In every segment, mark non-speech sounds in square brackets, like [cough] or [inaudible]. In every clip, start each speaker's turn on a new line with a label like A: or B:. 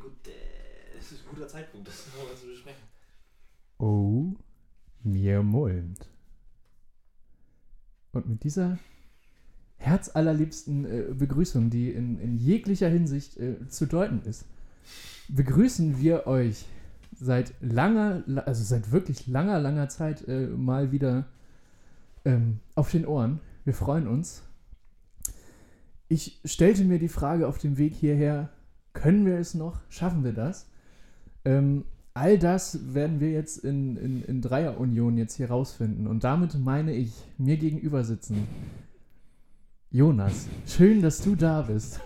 A: gut, äh, es ist ein guter Zeitpunkt, das [laughs] nochmal zu besprechen.
B: Oh, mir mulmt. Und mit dieser herzallerliebsten äh, Begrüßung, die in, in jeglicher Hinsicht äh, zu deuten ist, begrüßen wir euch seit langer, la- also seit wirklich langer, langer Zeit äh, mal wieder ähm, auf den Ohren. Wir freuen uns. Ich stellte mir die Frage auf dem Weg hierher, können wir es noch? Schaffen wir das? Ähm, all das werden wir jetzt in, in, in Dreierunion jetzt hier rausfinden. Und damit meine ich, mir gegenüber sitzen. Jonas, schön, dass du da bist.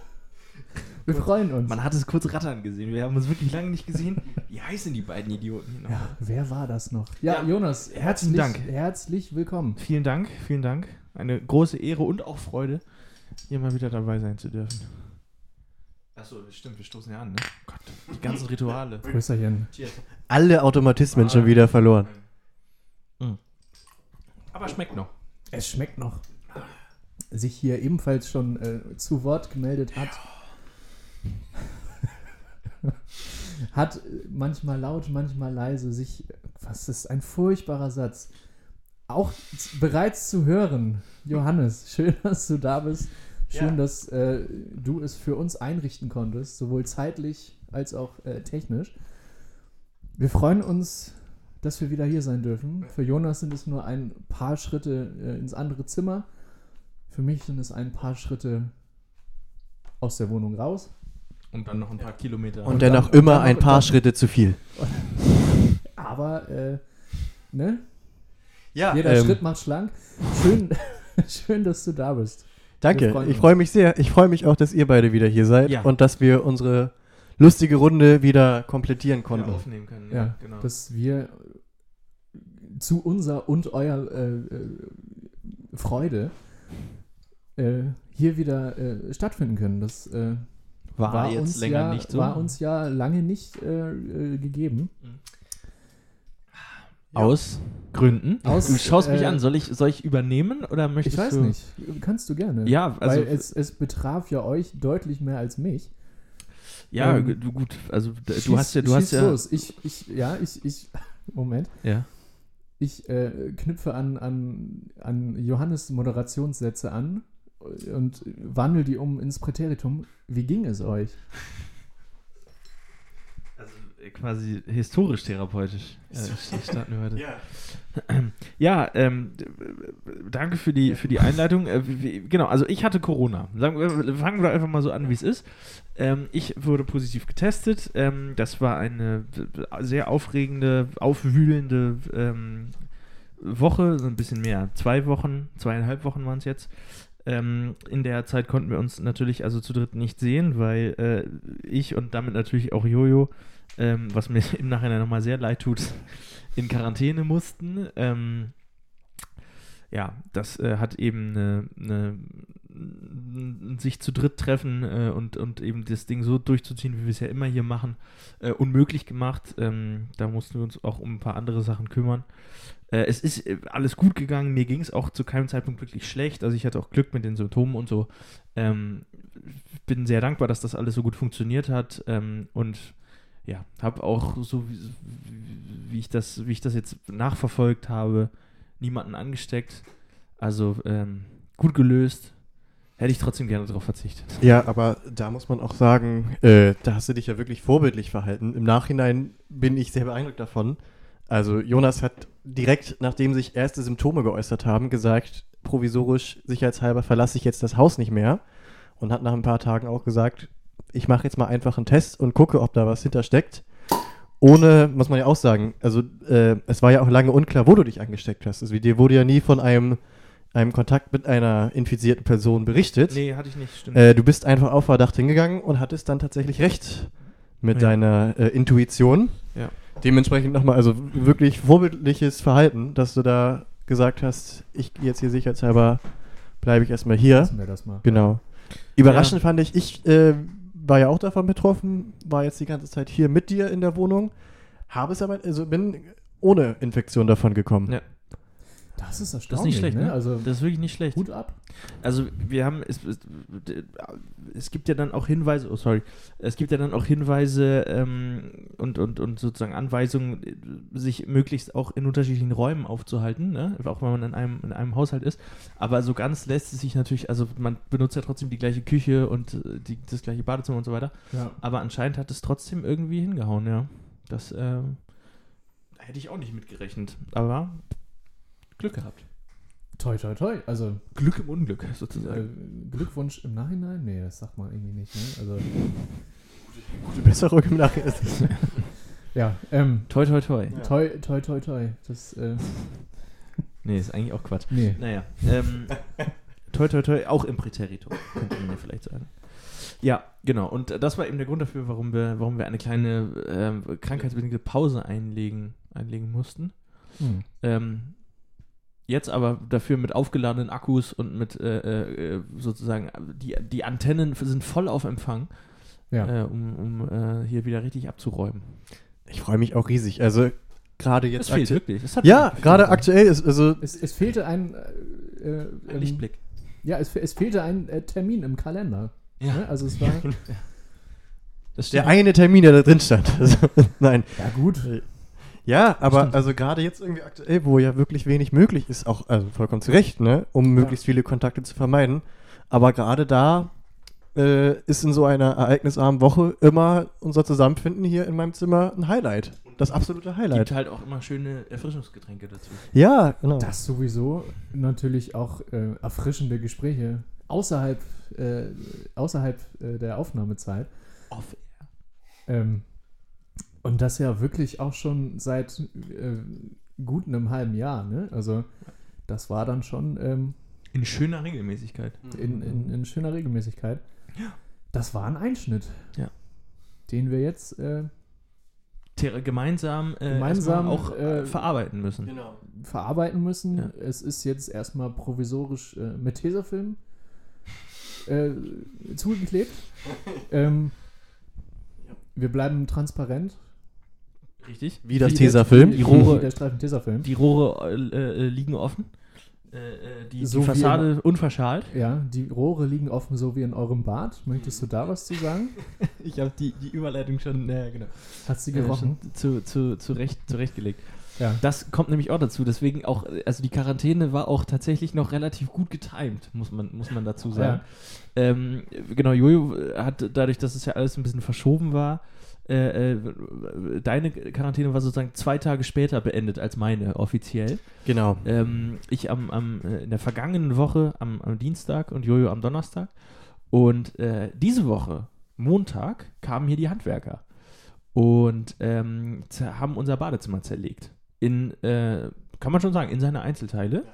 B: Wir freuen uns.
A: Man hat es kurz rattern gesehen, wir haben uns wirklich lange nicht gesehen. [laughs] Wie heißen die beiden Idioten hier noch?
B: Ja, wer war das noch? Ja,
A: Ja,
B: Jonas,
A: herzlichen
B: herzlich,
A: Dank.
B: herzlich willkommen.
A: Vielen Dank, vielen Dank. Eine große Ehre und auch Freude, hier mal wieder dabei sein zu dürfen. Achso, das stimmt, wir stoßen ja an, ne? Gott, die ganzen Rituale.
B: Prösterchen.
A: Cheers.
C: Alle Automatismen schon wieder verloren.
A: Aber schmeckt noch.
B: Es schmeckt noch. Sich hier ebenfalls schon äh, zu Wort gemeldet hat. hat äh, manchmal laut, manchmal leise sich, was ist ein furchtbarer Satz, auch z- bereits zu hören. Johannes, schön, dass du da bist. Schön,
A: Ja.
B: dass äh, du es für uns einrichten konntest, sowohl zeitlich als auch äh, technisch. Wir freuen uns, dass wir wieder hier sein dürfen. Für Jonas sind es nur ein paar Schritte äh, ins andere Zimmer. Für mich sind es ein paar Schritte aus der Wohnung raus.
A: Und dann noch ein paar Kilometer.
C: Und,
B: Und
C: dann
B: dann-
C: noch immer
B: dann noch-
C: ein paar Schritte zu viel.
B: Aber, äh, ne?
C: Ja,
B: Jeder
A: Ähm.
B: Schritt macht schlank. Schön, [laughs] schön, dass du da bist. Wir
C: danke.
B: freuen
C: Ich
B: uns.
C: freue mich sehr. Ich freue mich auch, dass ihr beide wieder hier seid
A: Ja.
C: und dass wir unsere lustige Runde wieder komplettieren
A: Ja,
C: konnten.
A: aufnehmen können.
B: Ja,
A: genau.
B: Dass wir zu unser und euer äh, äh, Freude äh, hier wieder äh, stattfinden können. Das äh, war, uns ja, war uns ja lange nicht äh, äh, gegeben.
A: Aus Gründen.
B: Aus,
A: du schaust mich
B: äh,
A: an. Soll ich, soll ich übernehmen oder möchtest
B: Ich weiß
A: du?
B: nicht. Kannst du gerne.
A: Ja, also
B: Weil es, es betraf ja euch deutlich mehr als mich.
A: ja,
B: ähm,
A: du- gut. Also d- du
B: Schieß-
A: hast ja, du
B: schieß
A: hast ja,
B: Los. Ich, ich, ja, ich, ich, [laughs] Moment.
A: ja.
B: Ich äh, knüpfe an, an, an Johannes Moderationssätze an und wandel die um ins Präteritum. Wie ging es euch?
A: Also äh, quasi historisch therapeutisch. Äh, st- starten wir heute.
C: Ja.
A: Ja, ähm, d- äh, danke für die, für die Einleitung. Äh, wie, wie- genau, also ich hatte Corona. Sagen, wir- fangen wir einfach mal so an, wie es ist. Ähm, ich wurde positiv getestet. Ähm, das war eine sehr aufregende, aufwühlende ähm, Woche, so ein bisschen mehr, zwei Wochen, zweieinhalb Wochen waren es jetzt. Ähm, in der Zeit konnten wir uns natürlich also zu dritt nicht sehen, weil äh, ich und damit natürlich auch Jojo, ähm, was mir [laughs] im Nachhinein nochmal sehr leid tut, in Quarantäne mussten. Ähm, ja, das äh, hat eben eine, eine, n- sich zu dritt treffen äh, und, und eben das Ding so durchzuziehen, wie wir es ja immer hier machen, äh, unmöglich gemacht. Ähm, da mussten wir uns auch um ein paar andere Sachen kümmern. Äh, es ist äh, alles gut gegangen. Mir ging es auch zu keinem Zeitpunkt wirklich schlecht. Also ich hatte auch Glück mit den Symptomen und so. Ähm, bin sehr dankbar, dass das alles so gut funktioniert hat ähm, und ja, habe auch so wie, wie ich das, wie ich das jetzt nachverfolgt habe, niemanden angesteckt. Also ähm, gut gelöst. Hätte ich trotzdem gerne darauf verzichtet.
C: Ja, aber da muss man auch sagen, äh, da hast du dich ja wirklich vorbildlich verhalten. Im Nachhinein bin ich sehr beeindruckt davon. Also Jonas hat direkt, nachdem sich erste Symptome geäußert haben, gesagt, provisorisch, sicherheitshalber verlasse ich jetzt das Haus nicht mehr. Und hat nach ein paar Tagen auch gesagt, ich mache jetzt mal einfach einen Test und gucke, ob da was hintersteckt. Ohne, muss man ja auch sagen, also äh, es war ja auch lange unklar, wo du dich angesteckt hast. Also dir wurde ja nie von einem, einem Kontakt mit einer infizierten Person berichtet.
A: Nee, hatte ich nicht, stimmt.
C: Äh, du bist einfach auf Verdacht hingegangen und hattest dann tatsächlich recht mit
A: Ja.
C: deiner äh, Intuition.
A: Ja.
C: Dementsprechend nochmal, also wirklich vorbildliches Verhalten, dass du da gesagt hast, ich gehe jetzt hier sicherheitshalber, bleibe ich erstmal hier.
B: Lassen wir das mal.
C: Genau. Überraschend fand ich, ich äh, war ja auch davon betroffen, war jetzt die ganze Zeit hier mit dir in der Wohnung, habe es aber, also bin ohne Infektion davon gekommen.
A: Ja.
B: Das ist
A: Das ist
B: erstaunlich.
A: nicht schlecht,
B: ne?
A: ne?
B: Also
A: Das ist wirklich nicht schlecht.
B: Hut ab.
A: Also wir haben es, es, es gibt ja dann auch Hinweise, oh sorry, es gibt ja dann auch Hinweise ähm, und, und, und sozusagen Anweisungen, äh, sich möglichst auch in unterschiedlichen Räumen aufzuhalten, ne? auch wenn man in einem, in einem Haushalt ist. Aber so ganz lässt es sich natürlich, also man benutzt ja trotzdem die gleiche Küche und äh, die, das gleiche Badezimmer und so weiter.
B: Ja.
A: Aber anscheinend hat es trotzdem irgendwie hingehauen, ja. Das ähm, hätte ich auch nicht mitgerechnet. Aber Glück gehabt.
B: Toi, toi, toi. Also
A: Glück im Unglück
B: äh,
A: sozusagen.
B: Glückwunsch im Nachhinein? Nee, das sagt man irgendwie nicht. Ne? Also,
C: Gute Besserung im Nachhinein.
B: ja, ähm,
A: Toi, toi, toi.
C: Ja.
B: toi, toi, toi, toi. Das, äh,
A: Nee, ist eigentlich auch Quatsch.
B: nee.
A: Naja, [laughs] ähm, toi, toi, toi, auch im Präteritum, könnte man ja vielleicht sagen. Ja, genau. Und äh, das war eben der Grund dafür, warum wir, warum wir eine kleine ähm, krankheitsbedingte Pause einlegen, einlegen mussten.
B: Hm.
A: Ähm, jetzt aber dafür mit aufgeladenen Akkus und mit äh, äh, äh, sozusagen, äh, die, die Antennen sind voll auf Empfang,
B: Ja.
A: äh, um, um äh, hier wieder richtig abzuräumen.
C: Ich freue mich auch riesig. Also gerade jetzt
A: Das fehlt
C: aktuell-
A: wirklich. Das hat
C: Ja,
A: wirklich
C: gerade
A: gefehlt.
C: aktuell ist also
B: Es, es fehlte ein. Äh, äh,
A: Ein
B: ähm,
A: Lichtblick.
B: Ja, es, fe- es fehlte ein äh, Termin im Kalender. Ne? Also es war.
A: das stimmt.
C: der eine Termin, der da drin stand. [laughs] Also, Nein.
B: Ja, gut.
C: Ja, aber
A: Stimmt.
C: also gerade jetzt irgendwie aktuell, wo ja wirklich wenig möglich ist, auch also vollkommen zu Recht, ne, um möglichst viele Kontakte zu vermeiden. Aber gerade da äh, ist in so einer ereignisarmen Woche immer unser Zusammenfinden hier in meinem Zimmer ein Highlight. Das absolute
A: gibt
C: Highlight.
A: halt auch immer schöne Erfrischungsgetränke dazu.
C: Ja, genau.
B: Das sowieso natürlich auch äh, erfrischende Gespräche außerhalb, äh, außerhalb äh, der Aufnahmezeit.
A: Off
B: Ähm, und das ja wirklich auch schon seit äh, gut einem halben Jahr. Ne? Also das war dann schon ähm,
A: In schöner Regelmäßigkeit.
B: in, in, in schöner Regelmäßigkeit. Das war ein Einschnitt,
A: Ja.
B: den wir jetzt äh,
A: Ter gemeinsam, äh,
B: Gemeinsam,
A: erstmal auch äh,
B: äh,
A: verarbeiten müssen.
C: Genau.
B: verarbeiten müssen.
A: Ja.
B: Es ist jetzt erstmal provisorisch äh, mit Tesafilm äh, zugeklebt. ähm, wir bleiben transparent.
A: Richtig?
C: Wie das
B: Wie
C: Tesafilm.
B: Der,
A: Die
B: die
A: Rohre-
B: Rohre. Der Streifen Tesafilm.
A: Die Rohre äh, äh, liegen offen. Äh, äh, die,
B: So wie
A: die Fassade unverschalt.
B: Ja, die Rohre liegen offen, so wie in eurem Bad. Möchtest du da was zu sagen?
A: [laughs] Ich habe die, die Überleitung schon, naja, genau.
B: Hat sie
A: Äh,
B: gerochen?
A: schon zu, zu, zurecht, zurechtgelegt.
B: Ja.
A: Das kommt nämlich auch dazu. Deswegen auch, äh, also die Quarantäne war auch tatsächlich noch relativ gut getimt, muss man, muss man dazu sagen. Ähm, genau, Jojo äh, hat dadurch, dass es ja alles ein bisschen verschoben war, äh, äh, deine Quarantäne war sozusagen zwei Tage später beendet als meine offiziell.
C: Genau.
A: Ähm, ich am, am, äh, in der vergangenen Woche am, am Dienstag und Jojo am Donnerstag. Und äh, diese Woche, Montag, kamen hier die Handwerker und ähm, zer- haben unser Badezimmer zerlegt. In, äh, kann man schon sagen, in seine Einzelteile.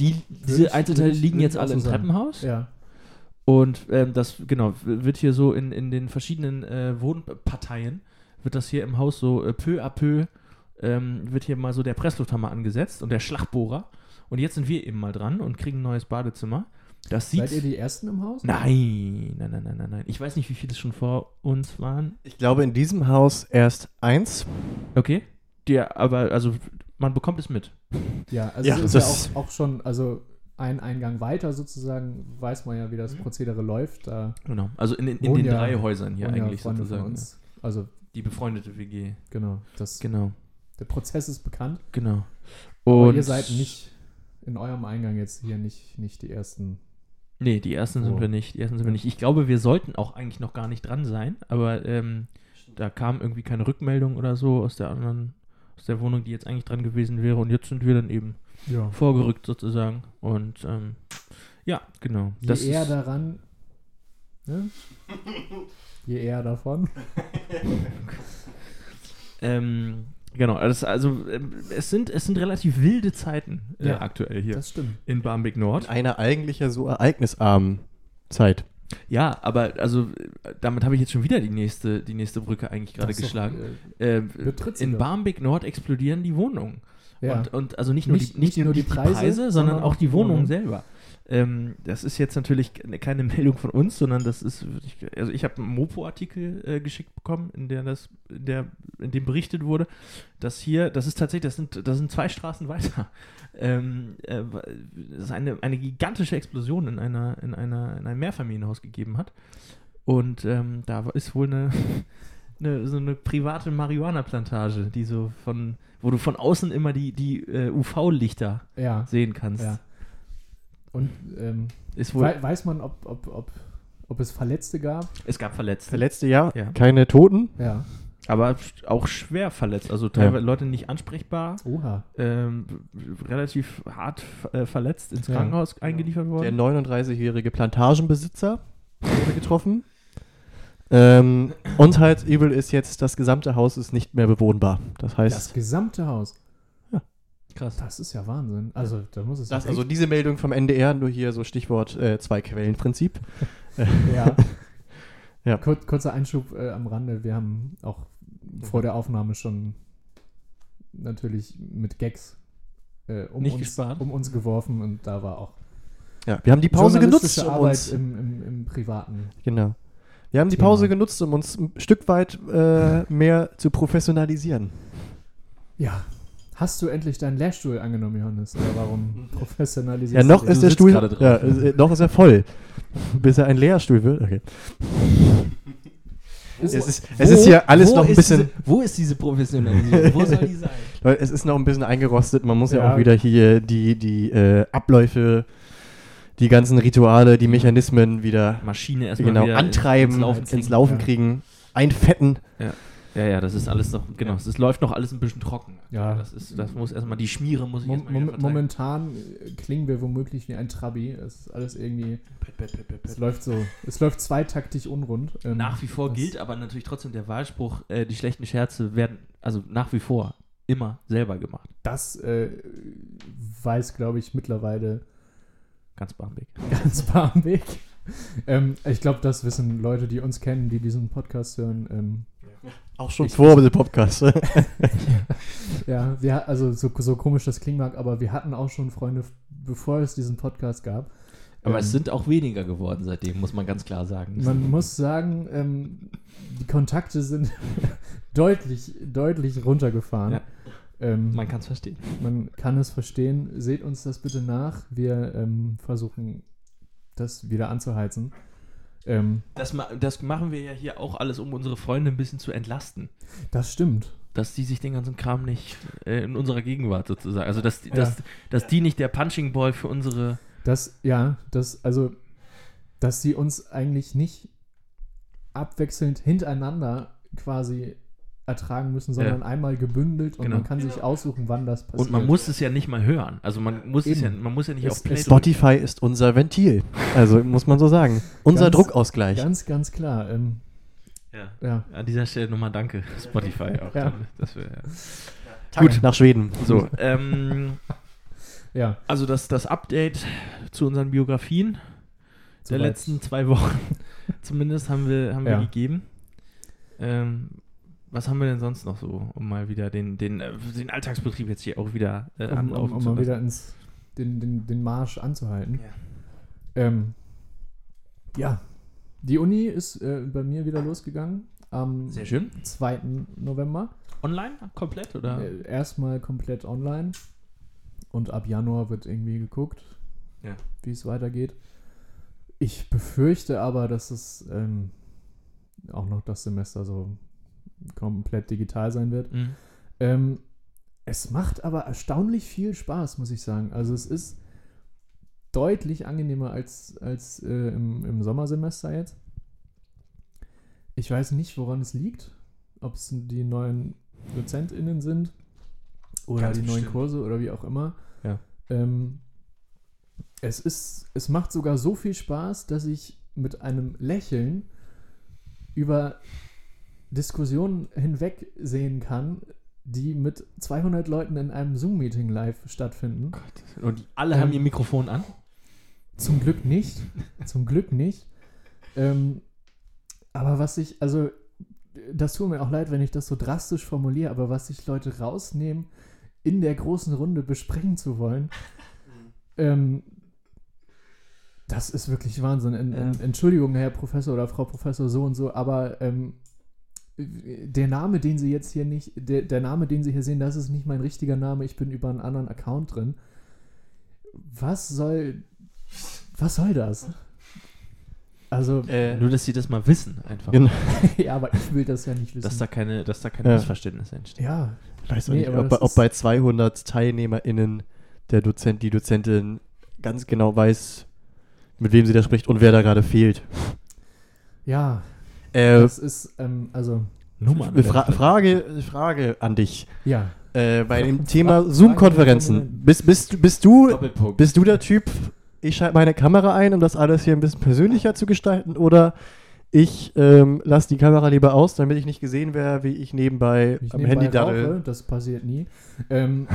A: Die, diese
B: ich-
A: Einzelteile
B: würde ich-
A: liegen
B: würde
A: jetzt
B: ich auch
A: alle
B: so
A: im
B: sagen.
A: Treppenhaus.
B: Ja.
A: Und ähm, das, genau, w- wird hier so in, in den verschiedenen äh, Wohnparteien, wird das hier im Haus so äh, peu à peu, ähm, wird hier mal so der Presslufthammer angesetzt und der Schlagbohrer. Und jetzt sind wir eben mal dran und kriegen ein neues Badezimmer. Das sieht.
B: Seid ihr die Ersten im Haus?
A: nein, nein, nein, nein, nein, nein. Ich weiß nicht, wie viele es schon vor uns waren.
C: Ich glaube in diesem Haus erst eins.
A: Okay. Der, aber, also, man bekommt es mit.
B: Ja, also
C: Ja,
B: es ist
C: das-
B: ja auch, auch schon, also ein Eingang weiter sozusagen, weiß man ja, wie das Prozedere läuft. Da
A: Genau. Also in, in, in
B: Wohnen
A: den
B: ja-
A: drei Häusern hier
B: wohnen ja
A: eigentlich
B: Freunde von
A: sozusagen.
B: uns. Also
A: Die befreundete WG.
B: Genau, das,
A: Genau.
B: der Prozess ist bekannt.
A: Genau.
B: Aber
A: Und
B: ihr seid nicht in eurem Eingang jetzt hier nicht, nicht die ersten.
A: Nee, die ersten sind
B: So.
A: wir nicht. Die ersten sind wir nicht. Ich glaube, wir sollten auch eigentlich noch gar nicht dran sein, aber ähm, da kam irgendwie keine Rückmeldung oder so aus der anderen, aus der Wohnung, die jetzt eigentlich dran gewesen wäre. Und jetzt sind wir dann eben
B: Ja.
A: vorgerückt sozusagen. Und ähm, ja, genau.
B: Je
A: das
B: eher
A: ist,
B: daran, ne? je eher davon.
A: ähm, genau, das, also ähm, es sind es sind relativ wilde Zeiten äh,
B: Ja,
A: aktuell hier
B: Das stimmt.
A: in Barmbek
C: In
A: Nord.
C: einer eigentlich ja so ereignisarmen Zeit.
A: Ja, aber also äh, damit habe ich jetzt schon wieder die nächste die nächste Brücke eigentlich gerade
B: Das ist doch,
A: geschlagen.
B: äh,
A: Ähm,
B: betritt sie
A: in
B: doch.
A: Barmbek Nord explodieren die Wohnungen.
B: ja.
A: Und, und also nicht nur,
B: Nicht-
A: die, nicht nur die, Preise, sondern auch die Wohnungen
B: Wohnungen.
A: selber. Ähm, das ist jetzt natürlich ke- keine Meldung von uns, sondern das ist, wirklich- also ich habe einen Mopo-Artikel äh, geschickt bekommen, in der das, in der, in dem berichtet wurde, dass hier, das ist tatsächlich, das sind, das sind zwei Straßen weiter. Ähm, äh, es ist eine, eine gigantische Explosion in einer, in einer, in einem Mehrfamilienhaus gegeben hat. Und ähm, da ist wohl eine, [laughs] eine, so eine private Marihuana-Plantage, die so von, wo du von außen immer die, die äh, UV-Lichter
B: Ja,
A: sehen kannst.
B: ja. Und ähm,
A: Ist wohl,
B: wei- weiß man, ob, ob, ob, ob es Verletzte gab?
A: es gab Verletzte,
C: Verletzte Jahr,
A: Ja.
C: keine Toten.
B: Ja.
A: aber sch- auch schwer verletzt. Also teilweise Leute nicht ansprechbar,
B: Oha.
A: ähm, b- relativ hart f- äh, verletzt ins
B: Ja.
A: Krankenhaus eingeliefert
C: Der
A: worden.
C: 39-jährige Plantagenbesitzer wurde getroffen. Ähm, und halt übel ist jetzt, das gesamte Haus ist nicht mehr bewohnbar. Das
B: Das
C: heißt,
B: gesamte Haus.
A: Krass.
B: Das ist ja Wahnsinn. Also, da muss es
C: das,
B: ja
C: also
B: echt-
C: diese Meldung vom NDR, nur hier so Stichwort äh, Zwei-Quellen-Prinzip.
B: Ja.
C: [laughs] Ja.
B: Kur kurzer Einschub äh, am Rande. Wir haben auch vor der Aufnahme schon natürlich mit Gags äh, um,
A: Nicht
B: uns,
A: gespart.
B: um uns geworfen und da war auch
C: Ja, wir haben die Pause genutzt,
B: journalistische
C: um
B: Arbeit
C: uns,
B: Im, im, im Privaten.
C: genau. Wir haben die
B: Thema.
C: Pause genutzt, um uns ein Stück weit äh, mehr zu professionalisieren.
B: Ja. Hast du endlich deinen Lehrstuhl angenommen, Johannes? Oder warum professionalisierst
C: Mhm. Ja, noch
B: du den?
C: ist der
D: sitzt
C: Stuhl,
D: gerade drauf.
C: ja, äh, noch ist er voll, [laughs] bis er ein Leerstuhl wird. Okay. Es ist, es ist hier alles
D: Wo
C: noch ein
D: ist
C: bisschen,
D: Diese, wo ist diese Professionalisierung? Wo soll die sein?
C: Leute, es ist noch ein bisschen eingerostet. Man muss ja,
B: Ja.
C: auch wieder hier die, die äh, Abläufe, die ganzen Rituale, die Mechanismen wieder,
A: Maschine erstmal
C: genau,
A: wieder in-
C: antreiben,
A: ins Laufen.
C: ins Laufen
B: ja.
C: kriegen, einfetten.
A: Ja, ja, das ist alles noch, genau, es ist- läuft noch alles ein bisschen trocken.
B: Ja.
A: Das, ist, das muss erstmal, die Schmiere muss ich
B: Mom
A: erstmal wieder
B: mom
A: verteilen.
B: momentan äh, klingen wir womöglich wie ein Trabi. Es ist alles irgendwie. Es läuft so. Es läuft zweitaktig unrund. Ähm,
A: Nach wie vor
B: das-
A: gilt aber natürlich trotzdem der Wahlspruch, äh, die schlechten Scherze werden, also nach wie vor, immer selber gemacht.
B: Das äh, weiß, glaube ich, mittlerweile [laughs]
A: Ganz Barmbek.
B: ganz Barmbek. ähm, ich glaube, das wissen Leute, die uns kennen, die diesen Podcast hören. Ähm,
C: Auch schon
B: Ich-
C: vor dem Podcast.
B: ja, wir, also so, so komisch das klingen mag, aber wir hatten auch schon Freunde, bevor es diesen Podcast gab.
D: Aber
B: Ähm,
D: es sind auch weniger geworden seitdem, muss man ganz klar sagen.
B: Man muss sagen, ähm, die Kontakte sind [laughs] deutlich, deutlich runtergefahren.
A: Ja.
B: Ähm,
D: Man kann es verstehen.
B: Man kann es verstehen. Seht uns das bitte nach. Wir ähm, versuchen, das wieder anzuheizen. Ähm,
A: Das, ma das machen wir ja hier auch alles, um unsere Freunde ein bisschen zu entlasten.
B: das stimmt.
A: Dass die sich den ganzen Kram nicht äh, in unserer Gegenwart sozusagen, also dass, die- dass, dass die nicht der Punching Ball für unsere,
B: Das, ja, das, also, dass sie uns eigentlich nicht abwechselnd hintereinander quasi ertragen müssen, sondern einmal gebündelt und
A: Genau.
B: man kann sich aussuchen, wann das passiert.
A: und man muss es ja nicht mal hören. Also man muss, es ja,
B: Eben.
A: man muss ja nicht
B: Es-
A: auf Play
B: es-
A: drücken.
C: Spotify ist unser Ventil. Also muss man so sagen. Unser
B: Ganz-
C: Druckausgleich.
B: Ganz, ganz klar. Ähm,
A: ja.
B: ja.
A: An dieser Stelle nochmal danke, Spotify. Auch
B: Ja.
A: dann, dass wir, ja.
C: Gut, nach Schweden.
A: So, ähm,
B: Ja,
A: also das, das Update zu unseren Biografien. der
B: soweit.
A: letzten zwei Wochen [laughs] zumindest haben wir, haben
B: Ja.
A: wir gegeben. Ähm, was haben wir denn sonst noch so, um mal wieder den, den, äh, den Alltagsbetrieb jetzt hier auch wieder äh,
B: um, um,
A: anlaufen
B: um
A: zu
B: mal
A: lassen?
B: wieder ins, den, den, den Marsch anzuhalten.
A: Ja.
B: Ähm, ja, die Uni ist äh, bei mir wieder losgegangen am
A: Sehr schön.
B: 2. November.
A: Online komplett oder?
B: Äh, erstmal komplett online und ab Januar wird irgendwie geguckt,
A: Ja.
B: wie es weitergeht. Ich befürchte aber, dass es ähm, auch noch das Semester so komplett digital sein wird.
A: Mhm.
B: Ähm, es macht aber erstaunlich viel Spaß, muss ich sagen. Also es ist deutlich angenehmer als, als äh, im, im Sommersemester jetzt. Ich weiß nicht, woran es liegt, ob es die neuen DozentInnen sind oder
A: Ganz
B: die neuen
A: bestimmt.
B: Kurse oder wie auch immer.
A: Ja.
B: Ähm, es ist, es macht sogar so viel Spaß, dass ich mit einem Lächeln über Diskussionen hinweg sehen kann, die mit 200 Leuten in einem Zoom-Meeting live stattfinden.
A: Und die alle
B: Ähm,
A: haben ihr Mikrofon an.
B: Zum Glück nicht. Zum Glück nicht. Ähm, aber was ich, also, das tut mir auch leid, wenn ich das so drastisch formuliere, aber was sich Leute rausnehmen, in der großen Runde besprechen zu wollen, ähm, Das ist wirklich Wahnsinn. En, en,
A: Ja.
B: Entschuldigung, Herr Professor oder Frau Professor so und so, aber ähm, der Name, den Sie jetzt hier nicht, der, der Name, den Sie hier sehen, das ist nicht mein richtiger Name. Ich bin über einen anderen Account drin. Was soll, was soll das? Also,
D: Äh.
C: Äh.
A: Nur, dass sie das mal wissen, einfach.
C: Genau.
B: [laughs] ja, aber ich will das ja nicht wissen.
A: Dass da keine, dass da kein ja.
C: Ja.
A: Missverständnis entsteht.
B: ja,
C: Ich weiß auch
B: Nee,
C: nicht,
B: aber
C: ob,
B: das
C: ob
B: ist-
C: bei 200 TeilnehmerInnen der Dozent, die Dozentin ganz genau weiß, mit wem sie da spricht und wer da gerade fehlt.
B: ja,
C: Äh,
B: das ist, ähm, also,
A: Nummern.
C: Fra Frage, Frage an dich.
B: ja.
C: Äh, bei dem
B: Fra-
C: Thema
B: Frage- Frage-
C: Zoom-Konferenzen. Bist, bist, bist, du,
D: Doppelpunkt.
C: bist du der Typ, ich schalte meine Kamera ein, um das alles hier ein bisschen persönlicher zu gestalten? Oder ich ähm, lasse die Kamera lieber aus, damit ich nicht gesehen werde, wie ich nebenbei
B: Ich
C: am
B: nebenbei
C: Handy daddel,
B: rauche, das passiert nie. Ähm,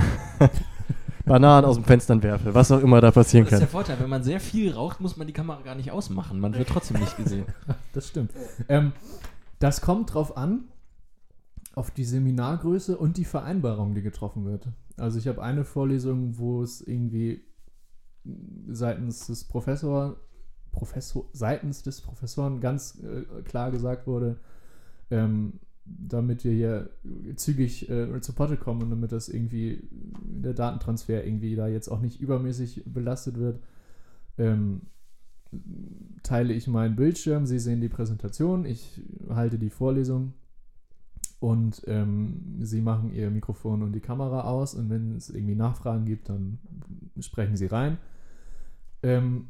C: Bananen aus dem Fenster werfe, was auch immer da passieren
D: das ist
C: kann.
D: der Vorteil, wenn man sehr viel raucht, muss man die Kamera gar nicht ausmachen. Man wird trotzdem nicht gesehen.
B: das stimmt. Ähm, das kommt drauf an, auf die Seminargröße und die Vereinbarung, die getroffen wird. Also ich habe eine Vorlesung, wo es irgendwie seitens des Professor, Professor seitens des Professoren ganz äh, klar gesagt wurde, ähm, damit wir hier zügig äh, zu Potte kommen und damit das irgendwie der Datentransfer irgendwie da jetzt auch nicht übermäßig belastet wird, ähm, teile ich meinen Bildschirm, Sie sehen die Präsentation, ich halte die Vorlesung und ähm, Sie machen Ihr Mikrofon und die Kamera aus und wenn es irgendwie Nachfragen gibt, dann sprechen Sie rein. Ähm,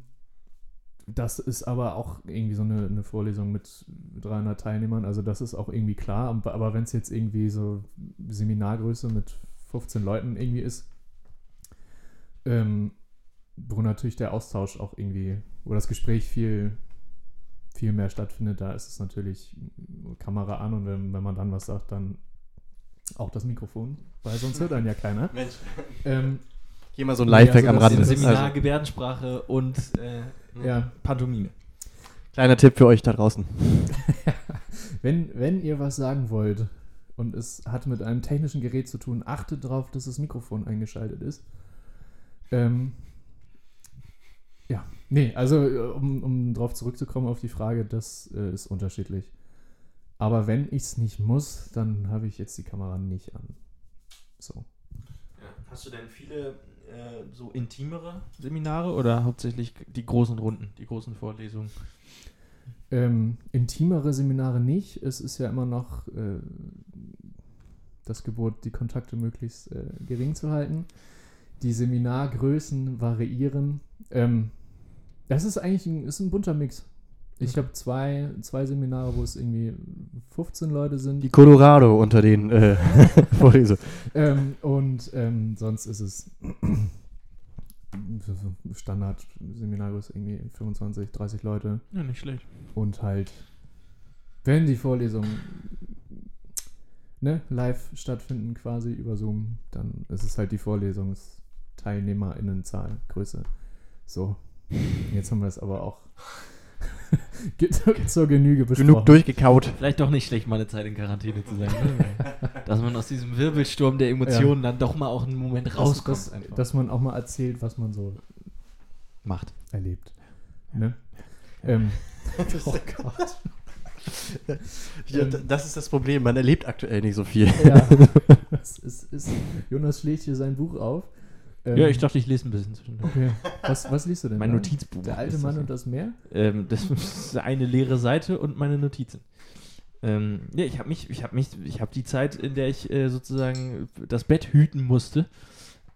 B: das ist aber auch irgendwie so eine, eine Vorlesung mit 300 Teilnehmern, also das ist auch irgendwie klar, aber, aber wenn es jetzt irgendwie so Seminargröße mit 15 Leuten irgendwie ist, ähm, wo natürlich der Austausch auch irgendwie, wo das Gespräch viel, viel mehr stattfindet, da ist es natürlich Kamera an und wenn, wenn man dann was sagt, dann auch das Mikrofon, weil sonst hört einen ja keiner.
C: Mensch.
B: Ähm,
C: Hier mal so ein
B: Nee,
C: Lifehack
B: also
C: am
B: das-
C: Rande.
D: Im
B: das
D: Seminar
C: Also,
D: Gebärdensprache und äh,
B: ja,
D: Pantomime.
C: kleiner Tipp für euch da draußen.
B: wenn, wenn ihr was sagen wollt und es hat mit einem technischen Gerät zu tun, achtet darauf, dass das Mikrofon eingeschaltet ist. Ähm, ja, nee, also äh, um, um drauf zurückzukommen auf die Frage, das äh, ist unterschiedlich. Aber wenn ich es nicht muss, dann habe ich jetzt die Kamera nicht an. So.
A: Hast du denn viele äh, so intimere Seminare oder hauptsächlich die großen Runden, die großen Vorlesungen?
B: Ähm, intimere Seminare nicht. Es ist ja immer noch äh, das Gebot, die Kontakte möglichst äh, gering zu halten. Die Seminargrößen variieren. Ähm, das ist eigentlich ein, ist ein bunter Mix. Ich habe zwei, zwei Seminare, wo es irgendwie 15 Leute sind.
C: Die Colorado unter den äh, [laughs] Vorlesungen.
B: Ähm, und ähm, sonst ist es [clears throat] Standard-Seminargröße irgendwie 25, 30 Leute.
A: Ja, nicht schlecht.
B: Und halt, wenn die Vorlesungen ne, live stattfinden, quasi über Zoom, dann ist es halt die Vorlesungsteilnehmerinnenzahl, Größe. So. Jetzt haben wir es aber auch [laughs] ge- zur Genüge besprochen.
C: Genug durchgekaut.
D: Vielleicht doch nicht schlecht, mal eine Zeit in Quarantäne zu sein. Ne?
A: [laughs]
D: Dass man aus diesem Wirbelsturm der Emotionen dann doch mal auch einen Moment
B: dass,
D: rauskommt.
B: dass,
D: einfach.
B: dass man auch mal erzählt, was man so
D: macht.
B: erlebt. Ne? Ähm, oh Gott. [laughs]
C: Ja, d- das ist das Problem. Man erlebt aktuell nicht so viel.
B: Ja. [laughs] Es ist, ist, Jonas schlägt hier sein Buch auf. Ähm,
A: Ja, ich dachte, ich lese ein bisschen zwischendurch.
B: Okay. Was, was liest du denn?
A: Mein
B: da?
A: Notizbuch.
B: Der alte
A: ist
B: Mann
A: das.
B: und das Meer?
A: Ähm, das [laughs] ist eine leere Seite und meine Notizen. Ähm, ja, ich habe mich, ich habe mich, ich habe die Zeit, in der ich äh, sozusagen das Bett hüten musste,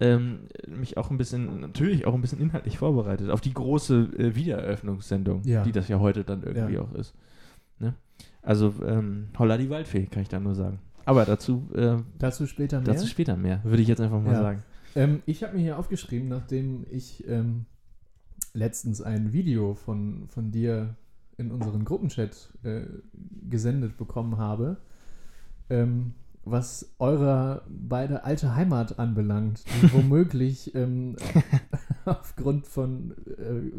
A: ähm, mich auch ein bisschen, natürlich auch ein bisschen inhaltlich vorbereitet auf die große äh, Wiedereröffnungssendung,
B: Ja.
A: die das ja heute dann irgendwie
B: Ja.
A: auch ist. Ne? Also ähm, Holla die Waldfee, kann ich da nur sagen. Aber dazu, äh,
B: Dazu später mehr.
A: dazu später mehr, würde ich jetzt einfach mal
B: Ja.
A: sagen.
B: ähm, ich habe mir hier aufgeschrieben, nachdem ich ähm, letztens ein Video von, von dir in unseren Gruppenchat äh, gesendet bekommen habe, ähm, was eure beide alte Heimat anbelangt, die womöglich ähm, [laughs] aufgrund von äh,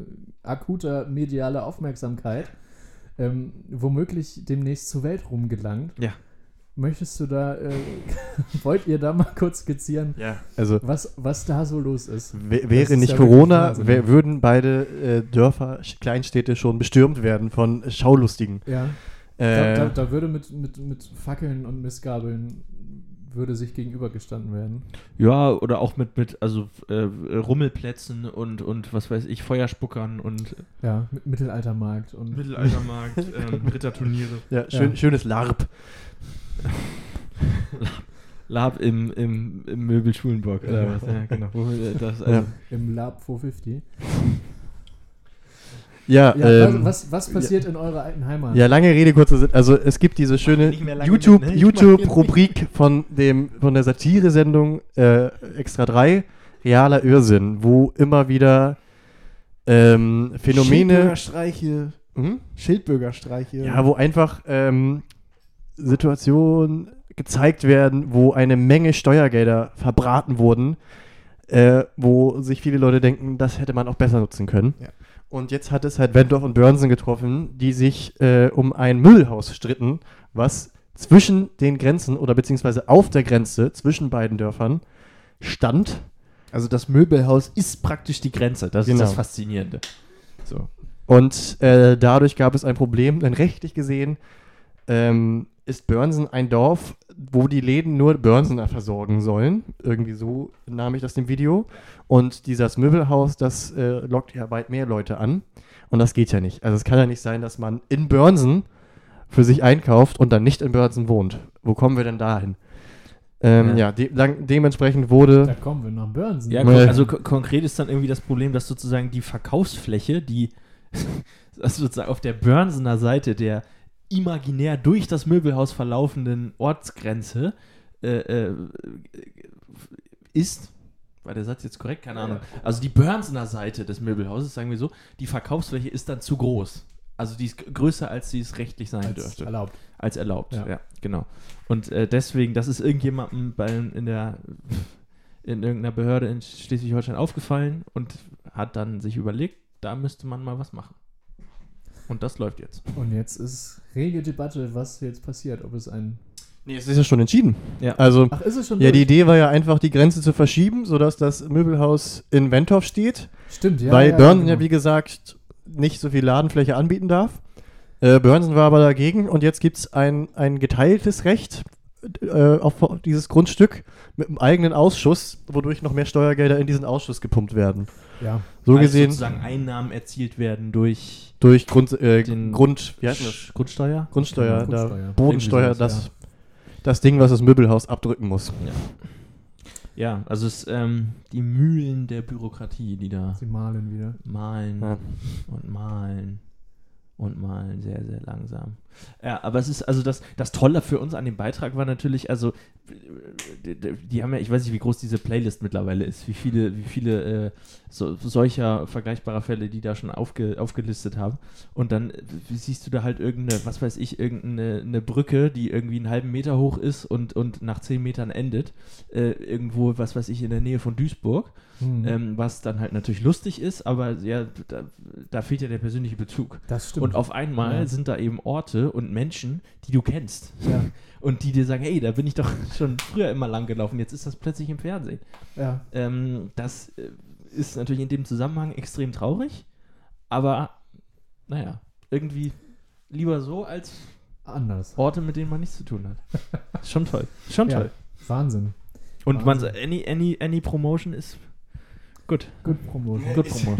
B: akuter medialer Aufmerksamkeit ähm, womöglich demnächst zur Welt rumgelangt.
A: Ja.
B: Möchtest du da, äh, [laughs] wollt ihr da mal kurz skizzieren,
C: Ja. Also
B: was, was da so los ist?
C: w- wäre
B: ist
C: nicht
B: ja wirklich
C: Corona,
B: Wahnsinn.
C: wär, würden beide äh, Dörfer, Sch- Kleinstädte schon bestürmt werden von Schaulustigen.
B: Ja. Da,
C: Äh,
B: da, da würde mit, mit, mit Fackeln und Missgabeln würde sich gegenübergestanden werden.
A: Ja, oder auch mit, mit also äh, Rummelplätzen und, und was weiß ich, Feuerspuckern und
B: Ja, mit Mittelaltermarkt und
A: Mittelaltermarkt, [laughs] ähm, Ritterturniere.
C: ja, schön,
B: ja.
C: schönes LARP.
A: Lab im, im, im Möbel Schulenburg oder was. Ja, genau. Wo, äh, das, also,
C: Ja.
B: im Lab 450.
C: Ja,
A: Äh,
B: Ja,
C: ähm,
B: was, was, was passiert in eurer alten Heimat?
C: Ja, lange Rede, kurzer Sinn. Also es gibt diese schöne
A: nicht mehr lange
C: YouTube-
A: mit, ne? Ich mach
C: YouTube-Rubrik von dem von der Satire-Sendung äh, Extra 3, Realer Irrsinn, wo immer wieder ähm, Phänomene...
E: Schildbürgerstreiche.
C: Hm?
E: Schildbürgerstreiche.
C: Ja, wo einfach ähm, Situationen gezeigt werden, wo eine Menge Steuergelder verbraten wurden, äh, wo sich viele Leute denken, das hätte man auch besser nutzen können.
E: Ja.
C: Und jetzt hat es halt Wendorf und Börnsen getroffen, die sich äh, um ein Müllhaus stritten, was zwischen den Grenzen oder beziehungsweise auf der Grenze zwischen beiden Dörfern stand.
E: Also das Möbelhaus ist praktisch die Grenze. Das
C: Genau.
E: ist das Faszinierende. So.
C: Und äh, dadurch gab es ein Problem, denn rechtlich gesehen ähm, ist Börnsen ein Dorf, wo die Läden nur Börnsener versorgen sollen. Irgendwie so nahm ich das dem Video. Und dieses Möbelhaus, das äh, lockt ja weit mehr Leute an. Und das geht ja nicht. Also es kann ja nicht sein, dass man in Börnsen für sich einkauft und dann nicht in Börnsen wohnt. Wo kommen wir denn da hin? Ähm, ja, de lang- dementsprechend
B: Da
C: wurde...
B: kommen wir nach Börnsen.
A: Ja,
C: Nee.
A: kon- also ko- konkret ist dann irgendwie das Problem, dass sozusagen die Verkaufsfläche, die [laughs] dass sozusagen auf der Börnsener Seite der imaginär durch das Möbelhaus verlaufenden Ortsgrenze äh, äh, ist, war der Satz jetzt korrekt? Keine Ahnung. Also die Börnsener Seite des Möbelhauses, sagen wir so, die Verkaufsfläche ist dann zu groß. Also die ist g- größer, als sie es rechtlich sein
B: als
A: dürfte
B: erlaubt.
A: als erlaubt.
B: Ja.
A: Ja, genau. Und äh, deswegen, das ist irgendjemandem bei, in der in irgendeiner Behörde in Schleswig-Holstein aufgefallen und hat dann sich überlegt, da müsste man mal was machen. Und das läuft jetzt.
B: Und jetzt ist rege Debatte, was jetzt passiert. Ob es ein.
C: Nee, es ist ja schon entschieden.
A: Ja.
C: Also
B: Ach, ist es schon.
C: Ja, die
B: durch?
C: Idee war ja einfach, die Grenze zu verschieben, sodass das Möbelhaus in Wentorf steht,
B: Stimmt, ja.
C: weil
B: ja,
C: Börnsen ja,
B: genau.
C: wie gesagt, nicht so viel Ladenfläche anbieten darf. Äh, Börnsen war aber dagegen und jetzt gibt es ein, ein geteiltes Recht äh, auf dieses Grundstück mit einem eigenen Ausschuss, wodurch noch mehr Steuergelder in diesen Ausschuss gepumpt werden.
B: Ja,
C: So
A: Weil
C: gesehen
A: Also sozusagen Einnahmen erzielt werden durch
C: durch Grund, äh,
A: Den-
C: Grund, wie heißt denn das?
A: Sch- Grundsteuer.
C: Grundsteuer,
B: Genau, Grundsteuer.
C: Da, Bodensteuer,
B: Irgendwie sowas,
C: das, das Ding, was das Möbelhaus abdrücken muss.
A: Ja, also es ähm, die Mühlen der Bürokratie, die da
B: sie malen wieder.
A: malen
C: Ja.
A: und malen und malen sehr, sehr langsam. Ja, aber es ist also das, das Tolle für uns an dem Beitrag war natürlich, also die, die haben ja, ich weiß nicht, wie groß diese Playlist mittlerweile ist, wie viele, wie viele äh, so, solcher vergleichbarer Fälle, die da schon aufge, aufgelistet haben. Und dann äh, siehst du da halt irgendeine, was weiß ich, irgendeine eine Brücke, die irgendwie einen halben Meter hoch ist und, und nach zehn Metern endet. Äh, irgendwo, was weiß ich, in der Nähe von Duisburg.
B: Hm,
A: Ähm, was dann halt natürlich lustig ist, aber ja, da, da fehlt ja der persönliche Bezug.
B: das stimmt.
A: Und auf einmal
B: Ja.
A: sind da eben Orte und Menschen, die du kennst
B: ja,
A: und die dir sagen, hey, da bin ich doch [laughs] schon früher immer lang gelaufen, jetzt ist das plötzlich im Fernsehen.
B: ja.
A: Ähm, das äh, ist natürlich in dem Zusammenhang extrem traurig, aber naja, irgendwie lieber so als
B: Anders.
A: Orte, mit denen man nichts zu tun hat.
B: [laughs]
A: Schon toll, schon
B: Ja.
A: toll.
B: Wahnsinn.
A: Und man,
B: Wahnsinn.
A: any, any, any Promotion ist gut.
B: Gut promotion.
A: Good Promotion.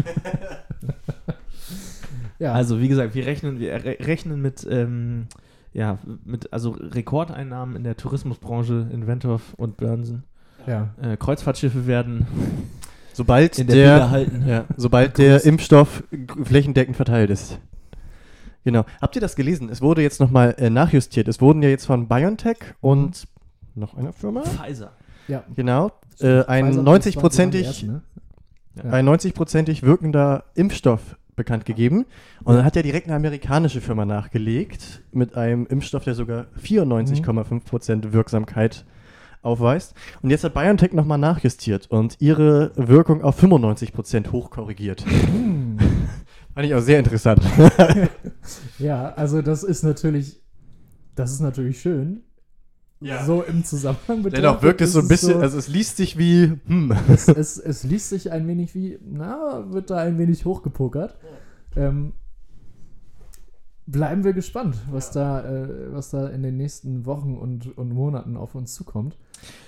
B: Ja,
A: Also wie gesagt, wir rechnen, wir re rechnen mit, ähm, ja, mit also Rekordeinnahmen in der Tourismusbranche in Wentorf und Börnsen.
B: ja.
A: Äh, Kreuzfahrtschiffe werden
C: Sobald
A: in der,
C: der
A: Bilder halten.
C: [laughs] Ja, sobald der Impfstoff g- flächendeckend verteilt ist. Genau. Habt ihr das gelesen? Es wurde jetzt nochmal äh, nachjustiert. Es wurden ja jetzt von BioNTech und noch einer Firma.
A: Pfizer.
B: ja.
C: Genau. Äh, ein
B: Pfizer, das waren-
C: 90-prozentig
B: das waren die ersten, ne? Ja.
C: ein 90 wirkender Impfstoff bekannt gegeben. Und dann hat ja direkt eine amerikanische Firma nachgelegt mit einem Impfstoff, der sogar 94,5 Wirksamkeit aufweist. Und jetzt hat BioNTech nochmal nachjustiert und ihre Wirkung auf 95 hochkorrigiert.
B: Hm. [laughs]
C: Fand ich auch sehr interessant.
B: Ja, also das ist natürlich, das ist natürlich schön.
C: Ja.
B: so im Zusammenhang betrachtet.
C: Dennoch wirkt es so ein
B: ist
C: bisschen, also es liest sich wie, hm.
B: es, es, es liest sich ein wenig wie, na, wird da ein wenig hochgepokert. Ähm, bleiben wir gespannt, was, da, äh, was da in den nächsten Wochen und, und Monaten auf uns zukommt.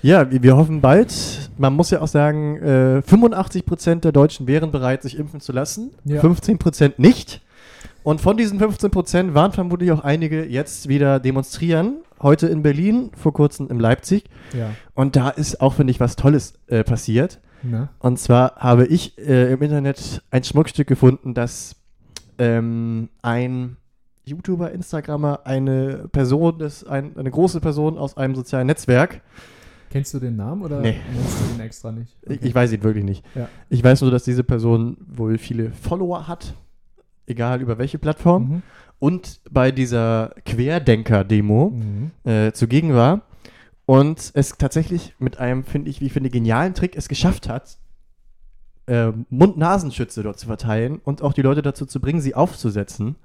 C: Ja, wir, wir hoffen bald. Man muss ja auch sagen, äh, 85% der Deutschen wären bereit, sich impfen zu lassen,
B: Ja.
C: 15% nicht. Und von diesen 15% waren vermutlich auch einige jetzt wieder demonstrieren. Heute in Berlin, vor kurzem in Leipzig.
B: Ja.
C: Und da ist auch, finde ich, was Tolles äh, passiert.
B: Na?
C: Und zwar habe ich äh, im Internet ein Schmuckstück gefunden, das ähm, ein YouTuber, Instagrammer, eine Person, das ein, eine große Person aus einem sozialen Netzwerk,
B: Kennst du den Namen oder
C: Nee.
B: nennst du den extra nicht?
C: ich, ich weiß ihn wirklich nicht.
B: Ja.
C: Ich weiß nur, dass diese Person wohl viele Follower hat, egal über welche Plattform,
B: Mhm.
C: und bei dieser Querdenker-Demo
B: Mhm.
C: äh, zugegen war und es tatsächlich mit einem, finde ich, wie ich finde, genialen Trick es geschafft hat, äh, Mund-Nasenschütze dort zu verteilen und auch die Leute dazu zu bringen, sie aufzusetzen.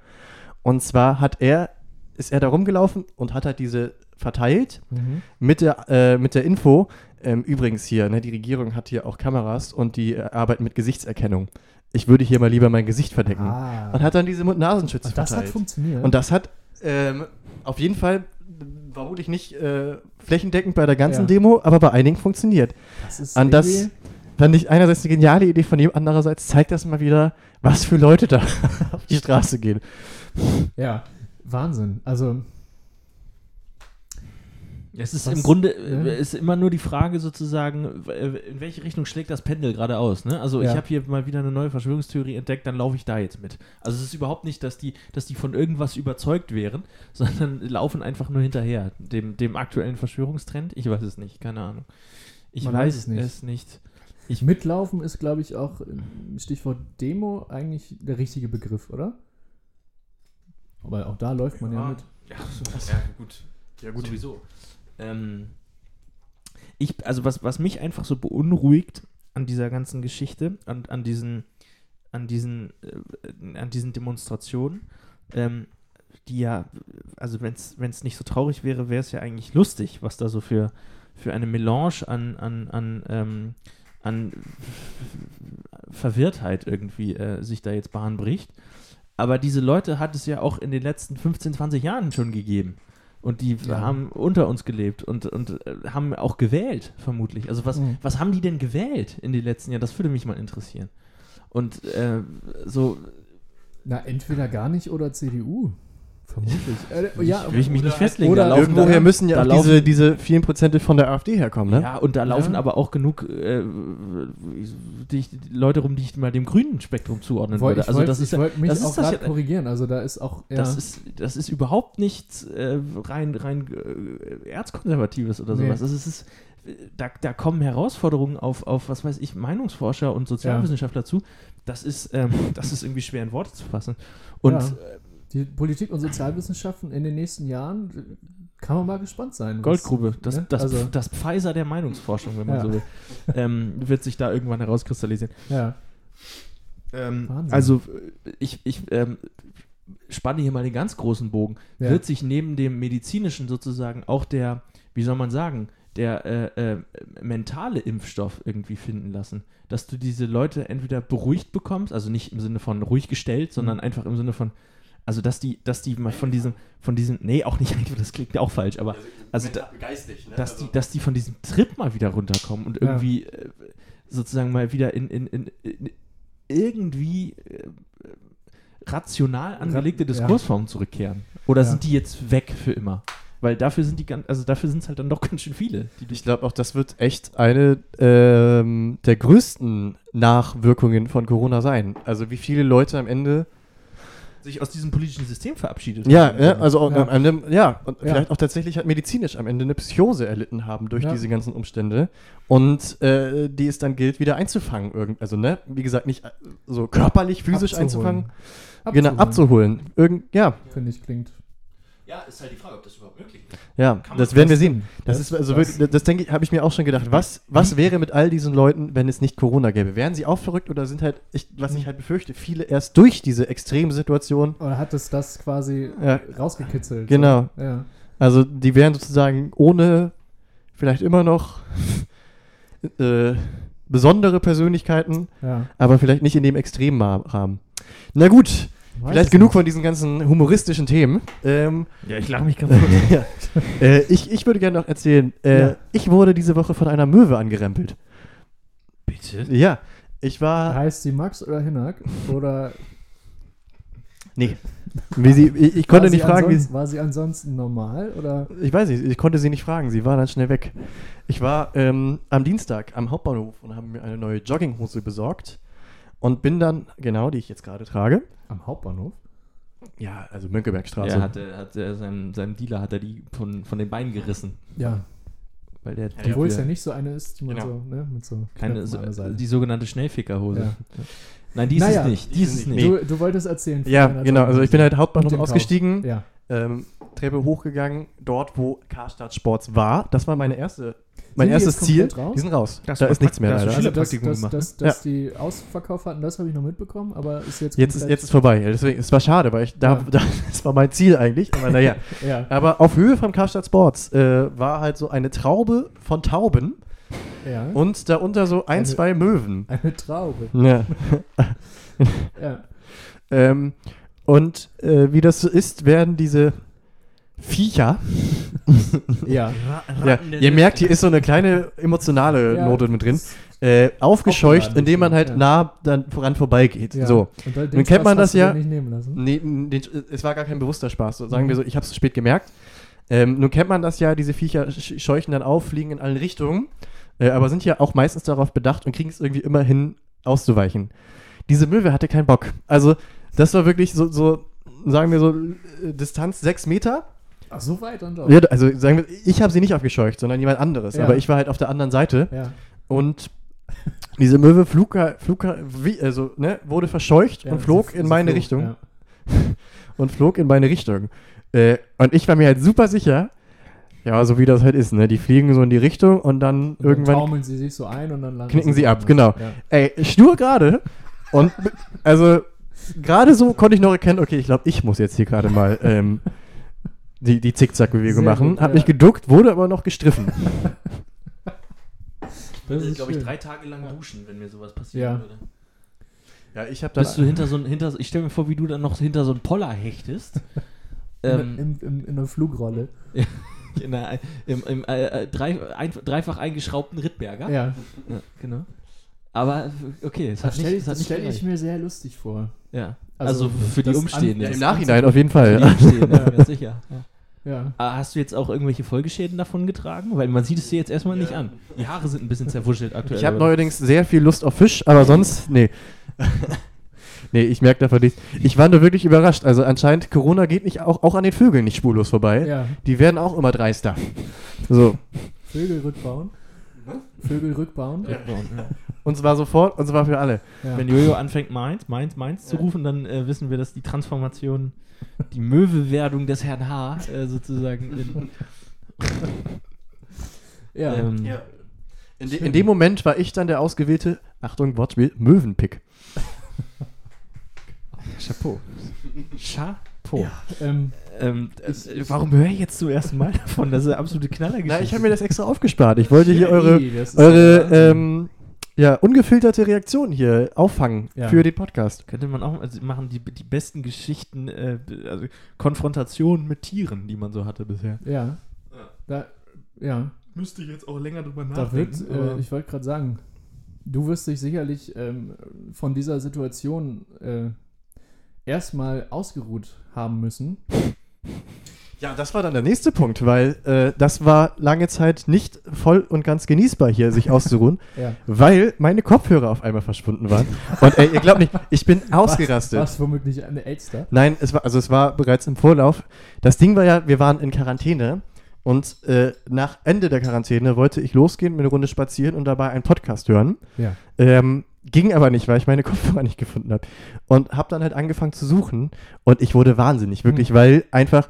C: Und zwar hat er, ist er da rumgelaufen und hat halt diese verteilt
B: Mhm.
C: mit der, äh, mit der Info, ähm, übrigens hier, ne, die Regierung hat hier auch Kameras und die äh, arbeiten mit Gesichtserkennung. Ich würde hier mal lieber mein Gesicht verdecken.
B: Ah.
C: Und hat dann diese Mund-Nasenschütze
B: Und das hat
C: verteilt.
B: funktioniert.
C: halt und das hat ähm, auf jeden Fall äh, vermutlich nicht äh, flächendeckend bei der ganzen
B: Ja.
C: Demo, aber bei einigen funktioniert.
B: das ist
C: An das
B: irgendwie-
C: fand ich einerseits eine geniale Idee von ihm, andererseits zeigt das mal wieder, was für Leute da [laughs] auf die Straße gehen.
B: Ja, Wahnsinn. Also,
D: Es ist
B: Was-
D: im Grunde
B: ne?
D: äh, ist immer nur die Frage sozusagen, w- äh, in welche Richtung schlägt das Pendel gerade aus. Ne? Also
B: Ja.
D: ich habe hier mal wieder eine neue Verschwörungstheorie entdeckt, dann laufe ich da jetzt mit. Also es ist überhaupt nicht, dass die, dass die von irgendwas überzeugt wären, [laughs] sondern laufen einfach nur hinterher dem, dem aktuellen Verschwörungstrend. Ich weiß es nicht, keine Ahnung. Ich
B: Man
D: weiß es nicht. Ich-
B: mitlaufen ist, glaube ich, auch ähm, Stichwort Demo eigentlich der richtige Begriff, oder? Aber auch da läuft man ja,
D: Ja.
B: mit.
D: Ja, ja gut. Ja, gut. Sowieso. Ähm, ich, also was, was mich einfach so beunruhigt
A: an dieser ganzen Geschichte und an diesen, an diesen, äh, an diesen Demonstrationen, ähm, die ja, also wenn es nicht so traurig wäre, wäre es ja eigentlich lustig, was da so für, für eine Melange an, an, an, ähm, an Verwirrtheit irgendwie äh, sich da jetzt Bahn bricht. Aber diese Leute hat es ja auch in den letzten 15, 20 Jahren schon gegeben. Und die
B: Ja.
A: haben unter uns gelebt und, und äh, haben auch gewählt, vermutlich. Also was,
B: Mhm.
A: was haben die denn gewählt in den letzten Jahren? Das würde mich mal interessieren. Und äh, so
B: Na, entweder gar nicht oder CDU. Vermutlich. Äh, ja,
A: will ich mich nicht festlegen.
B: oder-
A: da laufen
B: Irgendwo-
C: Irgendwoher müssen ja
A: da
C: auch diese,
A: laufen-
C: diese vielen Prozente von der AfD herkommen, ne?
A: Ja, und da laufen
B: Ja.
A: aber auch genug äh, die ich, die Leute rum, die ich mal dem grünen Spektrum zuordnen
B: Wollt-
A: würde.
B: ich
A: also
B: wollte
A: das ist ja-
B: wollt mich
A: das
B: auch
A: ist das
B: gerade
A: ja-
B: korrigieren. Also da ist auch. Ja,
A: Das, ist, das ist überhaupt nichts äh, rein, rein äh, erzkonservatives oder
B: Nee.
A: sowas. Also es ist, äh, da, da kommen Herausforderungen auf, auf, was weiß ich, Meinungsforscher und Sozialwissenschaftler zu. Das ist, ähm, das ist irgendwie schwer in Worte zu fassen. Und äh,
B: Ja. die Politik und Sozialwissenschaften in den nächsten Jahren äh, kann man mal gespannt sein. was-
A: Goldgrube, das,
B: ne?
A: das,
B: Also-
A: das Pfizer der Meinungsforschung, wenn man
B: Ja.
A: so will, ähm, wird sich da irgendwann herauskristallisieren.
B: Ja.
A: Ähm,
B: Wahnsinn.
A: also äh, ich, ich ähm, spanne hier mal den ganz großen Bogen.
B: ja.
A: Wird sich neben dem medizinischen sozusagen auch der, wie soll man sagen, der äh, äh, mentale Impfstoff irgendwie finden lassen? Dass du diese Leute entweder beruhigt bekommst, also nicht im Sinne von ruhig gestellt, sondern
B: Mhm.
A: einfach im Sinne von, also dass die, dass die mal von diesem, von diesem, nee, auch nicht, [laughs] das klingt ja auch falsch, aber also da-
C: geistig, ne?
A: dass die, dass die von diesem Trip mal wieder runterkommen und
B: Ja.
A: irgendwie äh, sozusagen mal wieder in, in, in, in irgendwie äh, rational angelegte
B: ja.
A: Diskursformen zurückkehren. Oder
B: Ja.
A: sind die jetzt weg für immer? Weil dafür sind die ganz, also dafür sind es halt dann doch [laughs] ganz schön viele. Die du-
C: Ich glaube auch, das wird echt eine ähm, der größten Nachwirkungen von Corona sein. Also wie viele Leute am Ende.
A: sich aus diesem politischen System verabschiedet
C: Ja,
A: haben.
C: ja also auch
B: Ja.
C: am Ende, ja, und
B: Ja.
C: vielleicht auch tatsächlich halt medizinisch am Ende eine Psychose erlitten haben durch
B: Ja.
C: diese ganzen Umstände. Und äh, die es dann gilt, wieder einzufangen. Irgend, also, ne, wie gesagt, nicht äh, so körperlich, physisch einzufangen. Genau, abzuholen. Irgend, ja,
B: Finde ich klingt.
D: Ja, ist halt die Frage, ob das überhaupt möglich ist.
C: ja,
D: Kann man
C: das werden wir
B: das
C: sehen.
B: denn?
C: Das,
B: Das-
C: ist also
B: das-
C: wirklich, das, das denke ich, habe ich mir auch schon gedacht. Was, was wäre mit all diesen Leuten, wenn es nicht Corona gäbe? Wären sie auch verrückt oder sind halt, ich, was ich halt befürchte, viele erst durch diese extreme Situation.
B: Oder hat es das quasi äh,
C: Ja,
B: rausgekitzelt?
C: genau.
B: So. Ja.
C: Also die wären sozusagen ohne vielleicht immer noch [laughs] äh, besondere Persönlichkeiten,
B: Ja.
C: aber vielleicht nicht in dem extremen Ma- Rahmen. Na gut,
B: Weiß
C: vielleicht
B: es
C: genug
B: nicht.
C: von diesen ganzen humoristischen Themen. Ähm,
F: Ja, ich lache mich
C: [laughs]
F: kaputt.
C: ja. äh, ich, ich würde gerne noch erzählen, äh,
B: Ja.
C: ich wurde diese Woche von einer Möwe angerempelt.
F: Bitte?
C: Ja, ich war...
B: Heißt sie Max oder Hinak?
C: [laughs]
B: Oder
C: Nee. Wie sie, ich, ich konnte
B: war,
C: nicht
B: sie
C: fragen, wie
B: ansonsten, war sie ansonsten normal? Oder?
C: Ich weiß nicht, ich konnte sie nicht fragen. Sie war dann schnell weg. Ich war ähm, am Dienstag am Hauptbahnhof und habe mir eine neue Jogginghose besorgt und bin dann, genau, die ich jetzt gerade trage.
B: Am Hauptbahnhof?
C: Ja, also Mönckebergstraße.
A: Ja, hat, er- hat, er- seinem, seinem Dealer hat er die von, von den Beinen gerissen.
B: Ja.
A: Weil der Typ
B: Obwohl es
A: ja
B: ja nicht so eine ist, die man
C: Genau.
B: so, ne, mit so
A: keine,
B: Knöpfen an der
A: so,
B: Seite.
A: die sogenannte Schnellfickerhose.
B: Ja.
A: Nein, die ist
B: Naja.
A: es nicht. Die ist es nicht.
B: du, du wolltest erzählen. von
C: ja
B: deiner
C: genau. Also ich bin halt
B: Und
C: Hauptbahnhof
B: dem Kauf.
C: ausgestiegen,
B: Ja.
C: ähm, Treppe hochgegangen, dort, wo Karstadt Sports war. Das war meine erste,
B: Sind
C: mein
B: die
C: erstes
B: jetzt
C: Ziel.
B: komplett raus?
C: Die sind raus.
F: Das
C: da
F: war
C: ist nichts mehr
F: das
C: leider.
F: ist
B: Also, dass,
F: Schülerpraktikum
B: dass,
F: gemacht.
B: dass, dass die Ausverkauf hatten, das habe ich noch mitbekommen, aber ist jetzt.
C: Jetzt ist,
B: komplett-
C: jetzt ist vorbei. Ja, Deswegen, es war schade, weil ich da, [laughs]
B: Ja.
C: da das war mein Ziel eigentlich. Aber naja.
B: Ja,
C: Aber auf Höhe von Karstadt Sports äh, war halt so eine Traube von Tauben
B: ja.
C: und darunter so ein,
B: Eine-
C: zwei Möwen.
B: Eine Traube.
C: Ja.
B: Ja.
C: ähm, und äh, wie das so ist, werden diese Viecher. [laughs]
B: ja.
C: Ja, ihr merkt, hier ist so eine kleine emotionale
B: Ja.
C: Note mit drin. Äh, aufgescheucht,
B: Aufgeladen,
C: indem man halt
B: ja.
C: nah dann voran vorbeigeht.
B: ja.
C: So.
B: Und dann,
C: Nun kennt man das ja-
B: Nicht nehmen lassen.
C: Nee, n- den, es war gar kein bewusster Spaß. So,
B: Mhm.
C: sagen wir so, ich habe es spät gemerkt. Ähm, nun kennt man das ja, diese Viecher sch- scheuchen dann auf, fliegen in allen Richtungen, äh, aber sind ja auch meistens darauf bedacht und kriegen es irgendwie immer hin, auszuweichen. Diese Möwe hatte keinen Bock. Also, das war wirklich so, so sagen wir so, äh, Distanz sechs Meter.
B: Ach, so weit dann doch.
C: Ja, also, sagen wir, ich habe sie nicht aufgescheucht, sondern jemand anderes.
B: Ja.
C: Aber ich war halt auf der anderen Seite
B: Ja.
C: und diese Möwe flog, flog wie, also, ne, wurde verscheucht
B: Ja,
C: und
B: sie-
C: flog in
B: sie
C: meine
B: flog,
C: Richtung
B: Ja.
C: und flog in meine Richtung. Äh, und ich war mir halt super sicher, ja, so wie das halt ist, ne? Die fliegen so in die Richtung und dann
B: Und
C: irgendwann.
B: Dann taumeln sie sich so ein und dann landen
C: Knicken sie ab,
B: woanders.
C: genau.
B: Ja.
C: Ey, stur gerade. Und [laughs] also gerade so konnte ich noch erkennen, okay, ich glaube, ich muss jetzt hier gerade mal ähm, die, die Zickzackbewegung
B: Sehr
C: machen.
B: gut,
C: Hab
B: ja.
C: mich geduckt, wurde aber noch gestriffen.
B: Das
A: Ich
B: ist,
A: glaube,
B: glaube
A: ich drei Tage lang duschen, wenn mir sowas
B: Ja.
A: passieren würde.
C: Ja, ich habe
A: Bist du hinter so ein, hinter, ich stelle mir vor, wie du dann noch hinter so ein Poller
B: [laughs]
A: hechtest. ähm,
B: in, in, in einer Flugrolle.
A: in einer, im, im äh, äh, drei, ein, dreifach eingeschraubten Rittberger.
B: Ja.
A: Ja, genau. Aber äh, okay, es hat
B: Das
A: nicht,
B: stelle ich,
A: es hat
B: das
A: nicht
B: stell ich
A: gereicht.
B: mir sehr lustig vor.
A: ja. also,
B: also,
A: für die
B: das
A: Umstehenden.
B: an- das
C: im Nachhinein auf jeden
A: für die
C: Fall.
A: Umstehenden, ja. ganz sicher. Ja.
B: Ja.
A: Aber Ah, hast du jetzt auch irgendwelche Folgeschäden davon getragen? Weil man sieht es dir jetzt erstmal nicht an. Die Haare sind ein bisschen zerwuschelt aktuell.
C: Ich habe
A: aber-
C: neuerdings sehr viel Lust auf Fisch, aber sonst, nee. nee, ich merke davon nichts. Ich war nur wirklich überrascht. Also anscheinend, Corona geht nicht auch, auch an den Vögeln nicht spurlos vorbei.
B: ja.
C: Die werden auch immer dreister. So.
B: Vögel rückbauen.
A: Hm?
B: Vögel rückbauen. Ja.
C: Und zwar sofort, und zwar für alle.
A: Wenn Jojo anfängt, meins, meins, meins zu rufen, dann äh, wissen wir, dass die Transformation, die Möwewerdung des Herrn H. Äh, sozusagen in,
B: Ja.
A: ähm,
C: In, de, in dem Moment war ich dann der ausgewählte, Achtung, Wortspiel, Möwenpick.
A: Chapeau. Chapeau.
B: Ähm,
A: Ähm, äh, warum höre ich jetzt zum ersten Mal davon? Das ist eine absolute
C: Na, ich
A: Knallergeschichte.
C: habe mir das extra aufgespart. Ich wollte hier
B: ey,
C: eure,
B: das ist
C: eure
B: ja Wahnsinn.
C: ähm, ja, ungefilterte Reaktion hier auffangen
B: Ja.
C: für den Podcast.
A: Könnte man auch also machen, die, die besten Geschichten, äh, also Konfrontationen mit Tieren, die man so hatte bisher.
B: ja. Da, ja.
A: Müsste ich jetzt auch länger drüber
B: Da wird, äh, ich wollte gerade sagen, du wirst dich sicherlich ähm, von dieser Situation äh, erstmal ausgeruht haben müssen.
C: Ja, das war dann der nächste Punkt, weil äh, das war lange Zeit nicht voll und ganz genießbar hier, sich auszuruhen, [laughs]
B: Ja.
C: weil meine Kopfhörer auf einmal verschwunden waren. Und ey, ihr glaubt nicht, ich bin ausgerastet.
B: [laughs] Was womöglich eine Elster.
C: Nein, es war, also es war bereits im Vorlauf. Das Ding war ja, wir waren in Quarantäne und äh, nach Ende der Quarantäne wollte ich losgehen, mir eine Runde spazieren und dabei einen Podcast hören.
B: Ja.
C: Ähm, ging aber nicht, weil ich meine Kopfhörer nicht gefunden habe. Und habe dann halt angefangen zu suchen und ich wurde wahnsinnig, wirklich, weil einfach,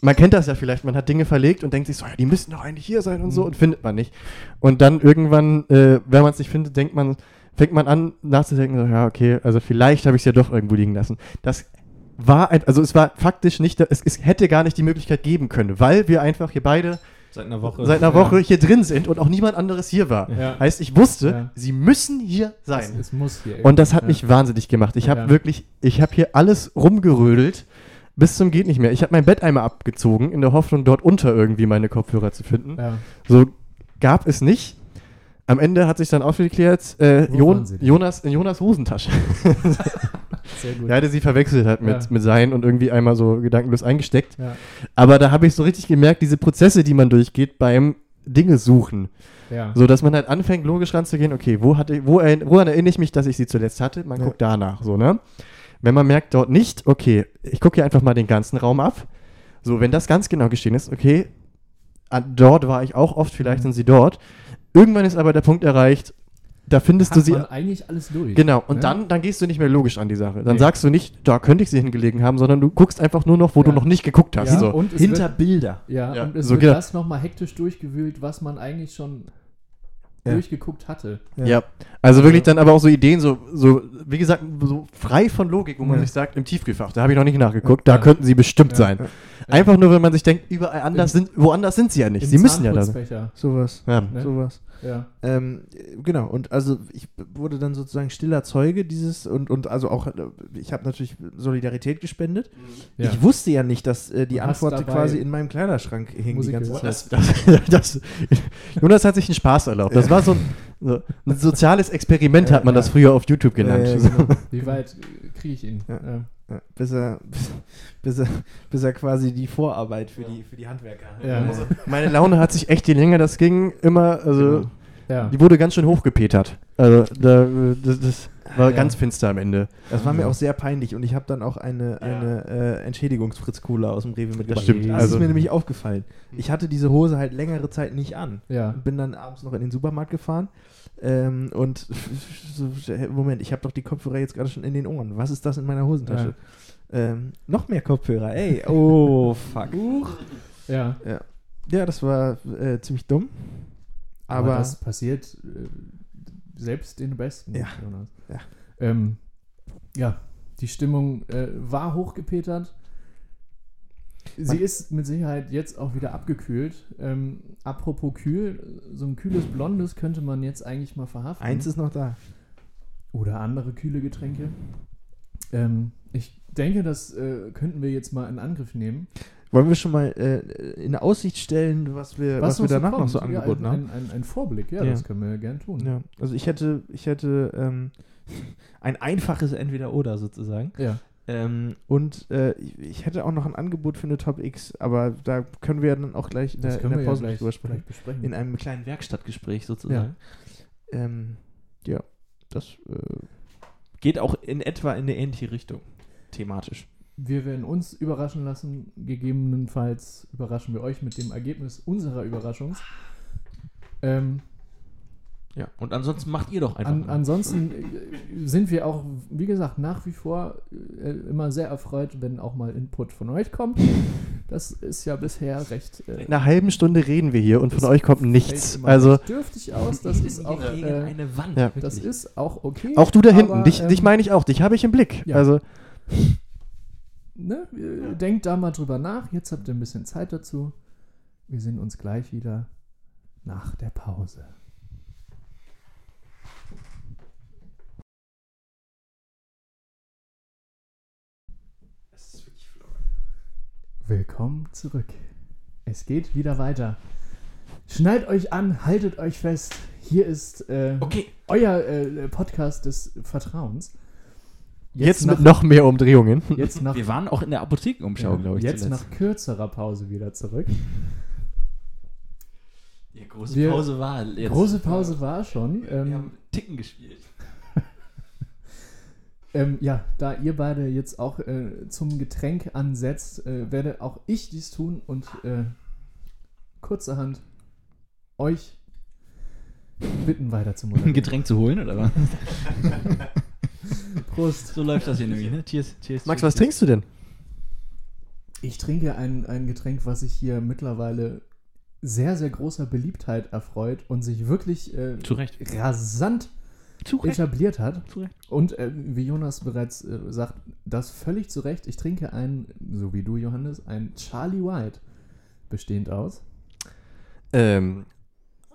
C: man kennt das ja vielleicht, man hat Dinge verlegt und denkt sich so, ja, die müssten doch eigentlich hier sein und so und findet man nicht. Und dann irgendwann, äh, wenn man es nicht findet, denkt man, fängt man an nachzudenken, so, ja, okay, also vielleicht habe ich es ja doch irgendwo liegen lassen. Das war, ein, also es war faktisch nicht, da- es, es hätte gar nicht die Möglichkeit geben können, weil wir einfach hier beide
G: Seit einer Woche.
C: seit einer Woche hier drin sind und auch niemand anderes hier war.
B: Ja.
C: Heißt, ich wusste,
B: Ja.
C: sie müssen hier
B: Es,
C: sein.
B: es muss hier.
C: Und das hat
B: Ja.
C: mich wahnsinnig gemacht. Ich habe
B: Ja.
C: wirklich, ich habe hier alles rumgerödelt bis zum geht nicht mehr. Ich habe mein Bett einmal abgezogen in der Hoffnung, dort unter irgendwie meine Kopfhörer zu finden.
B: Ja.
C: So gab es nicht. Am Ende hat sich dann aufgeklärt, äh,
B: Wo waren
C: Jon,
B: sie denn?
C: Jonas in Jonas Hosentasche.
B: Sehr gut.
C: [laughs] Er hatte sie verwechselt halt mit,
B: Ja.
C: mit sein und irgendwie einmal so gedankenlos eingesteckt.
B: Ja.
C: Aber da habe ich so richtig gemerkt, diese Prozesse, die man durchgeht beim Dinge suchen.
B: Ja.
C: So, dass man halt anfängt, logisch ranzugehen, okay, wo hatte, wo erinn- woran erinnere ich mich, dass ich sie zuletzt hatte? Man
B: Ja.
C: guckt danach, so, ne? Wenn man merkt, dort nicht, okay, ich gucke hier einfach mal den ganzen Raum ab. So, wenn das ganz genau geschehen ist, okay, an, dort war ich auch oft, vielleicht
B: Mhm.
C: sind sie dort. Irgendwann ist aber der Punkt erreicht, da findest
B: hat
C: du sie.
B: man eigentlich alles durch.
C: Genau, und
B: ne?
C: dann, dann gehst du nicht mehr logisch an die Sache. Dann
B: Nee.
C: sagst du nicht, da könnte ich sie hingelegen haben, sondern du guckst einfach nur noch, wo du
B: Ja.
C: noch nicht geguckt hast.
B: ja,
C: So.
B: und es
G: Hinter
B: wird,
G: Bilder.
B: ja,
C: Ja,
B: und es
C: so
B: wird
C: genau.
B: das nochmal hektisch durchgewühlt, was man eigentlich schon
A: Ja.
B: durchgeguckt hatte.
A: Ja.
C: Ja, also wirklich dann aber auch so Ideen, so, so wie gesagt, so frei von Logik, wo man
A: Ja.
C: sich sagt, im Tiefkühlfach, da habe ich noch nicht nachgeguckt, da
B: Ja.
C: könnten sie bestimmt
B: Ja.
C: sein. Einfach nur, wenn man sich denkt, überall anders sind, woanders sind sie ja nicht.
B: Im
C: Sie müssen ja da sein.
B: Zahnputzbecher.
A: Sowas.
C: Ja.
B: Ne?
A: Sowas.
B: Ja.
A: Ähm, genau, und also ich wurde dann sozusagen stiller Zeuge dieses und, und also auch, äh, ich habe natürlich Solidarität gespendet.
B: Ja.
A: Ich wusste ja nicht, dass äh, die
B: Und hast
A: Antwort
B: dabei
A: quasi in meinem Kleiderschrank hing
B: Musik
A: die ganze
B: gehört.
A: Zeit.
C: Das, das, [laughs] das, Jonas hat sich einen Spaß erlaubt. Das war so ein, so ein soziales Experiment, hat man das früher auf YouTube genannt.
A: Ja, ja, genau.
B: Wie weit äh, kriege ich ihn?
A: Ja.
B: Ja.
A: Ja, bis, er, [laughs] bis, bis, er, bis er quasi die Vorarbeit für, die, für die Handwerker hat.
B: Ja.
A: Also,
C: Meine Laune hat sich echt, je länger das ging, immer, also
A: Genau.
B: Ja.
C: die wurde ganz schön hochgepetert. Also da, äh, das, das war
B: Ja.
C: ganz finster am Ende.
A: Das war mir auch sehr peinlich und ich habe dann auch eine, eine äh, Entschädigungsfritz-Cola aus dem Rewe mitgebracht.
C: stimmt,
A: das
C: also-
A: ist mir nämlich aufgefallen. Ich hatte diese Hose halt längere Zeit nicht an.
B: ja.
A: Bin dann abends noch in den Supermarkt gefahren ähm, und [laughs] so, hä, Moment, ich habe doch die Kopfhörer jetzt gerade schon in den Ohren. Was ist das in meiner Hosentasche? Ähm, noch mehr Kopfhörer, ey.
B: [laughs]
A: Oh, fuck.
B: Ja.
A: Ja, das war äh, ziemlich dumm.
B: Aber,
A: Aber-
B: das passiert äh, selbst den Besten,
A: Ja.
B: Jonas.
A: Ja.
B: Ähm, ja, die Stimmung äh, war hochgepetert. Sie ist mit Sicherheit jetzt auch wieder abgekühlt. Ähm, apropos kühl, so ein kühles Blondes könnte man jetzt eigentlich mal verhaften.
A: Eins ist noch da.
B: oder andere kühle Getränke. Ähm, ich denke, das äh, könnten wir jetzt mal in Angriff nehmen.
A: Wollen wir schon mal äh, in Aussicht stellen, was wir, was wir
B: noch
A: danach noch so
B: kommt.
A: angeboten
B: ja,
A: haben?
B: ein, ein, ein, ein Vorblick, ja,
A: Ja.
B: das können wir ja gern tun.
A: Ja, also ich hätte, ich hätte ähm, [laughs] ein einfaches Entweder-Oder sozusagen.
B: Ja.
A: Ähm, und äh, ich, ich hätte auch noch ein Angebot für eine Top X, aber da können wir ja dann auch gleich in
B: das
A: der, in
B: können
A: der
B: wir ja
A: Pause
B: gleich,
A: drüber sprechen.
B: gleich besprechen.
A: In einem kleinen Werkstattgespräch
B: Ja.
A: sozusagen. Ja, ähm, ja das äh,
G: Geht auch in etwa in eine ähnliche Richtung. Thematisch.
B: Wir werden uns überraschen lassen. Gegebenenfalls überraschen wir euch mit dem Ergebnis unserer Überraschung. Ähm,
G: Ja. Und ansonsten macht ihr doch einfach.
B: an,
G: mal.
B: ansonsten äh, sind wir auch, wie gesagt, nach wie vor äh, immer sehr erfreut, wenn auch mal Input von euch kommt. Das ist ja bisher recht. Äh,
C: In einer halben Stunde reden wir hier und von
B: Das
C: euch kommt
B: fällt
C: nichts.
B: immer
C: Also
B: recht dürftig aus. Das ist auch.
G: gegen
B: Äh,
G: eine Wand.
C: ja.
B: das
G: wirklich.
B: ist auch okay.
C: auch du da hinten,
B: aber,
C: dich,
B: ähm,
C: dich meine ich auch, dich habe ich im Blick.
B: Ja.
C: Also
B: ne, äh, denkt da mal drüber nach. Jetzt habt ihr ein bisschen Zeit dazu. Wir sehen uns gleich wieder nach der Pause. Willkommen zurück. Es geht wieder weiter. Schnallt euch an, haltet euch fest. Hier ist äh,
G: Okay.
B: euer äh, Podcast des Vertrauens.
C: jetzt,
B: nach,
C: mit noch mehr Umdrehungen.
B: jetzt nach
G: Wir waren auch in der Apothekenumschau, glaube ich.
B: Jetzt
G: zuletzt.
B: nach kürzerer Pause wieder zurück.
G: Ja, große
B: wir-
G: Pause war jetzt. äh,
B: Große Pause war schon.
G: Wir
B: Ähm,
G: haben Ticken
B: [laughs]
G: gespielt.
B: ähm, ja, da ihr beide jetzt auch äh, zum Getränk ansetzt, äh, werde auch ich dies tun und äh, kurzerhand euch bitten, weiter zu
G: Ein
B: moderieren.
G: Getränk zu holen, [laughs] oder was?
B: Prost.
G: So läuft das hier nämlich, ne? Cheers, cheers.
C: Max, was
G: cheers,
C: trinkst du denn?
B: Ich trinke ein, ein Getränk, was sich hier mittlerweile sehr, sehr großer Beliebtheit erfreut und sich wirklich äh,
G: Zu Recht.
B: rasant
A: Zu Recht.
B: etabliert hat.
A: Zu Recht.
B: Und äh, wie Jonas bereits äh, sagt, das völlig zu Recht. Ich trinke einen, so wie du, Johannes, einen Charlie White, bestehend aus.
C: Ähm,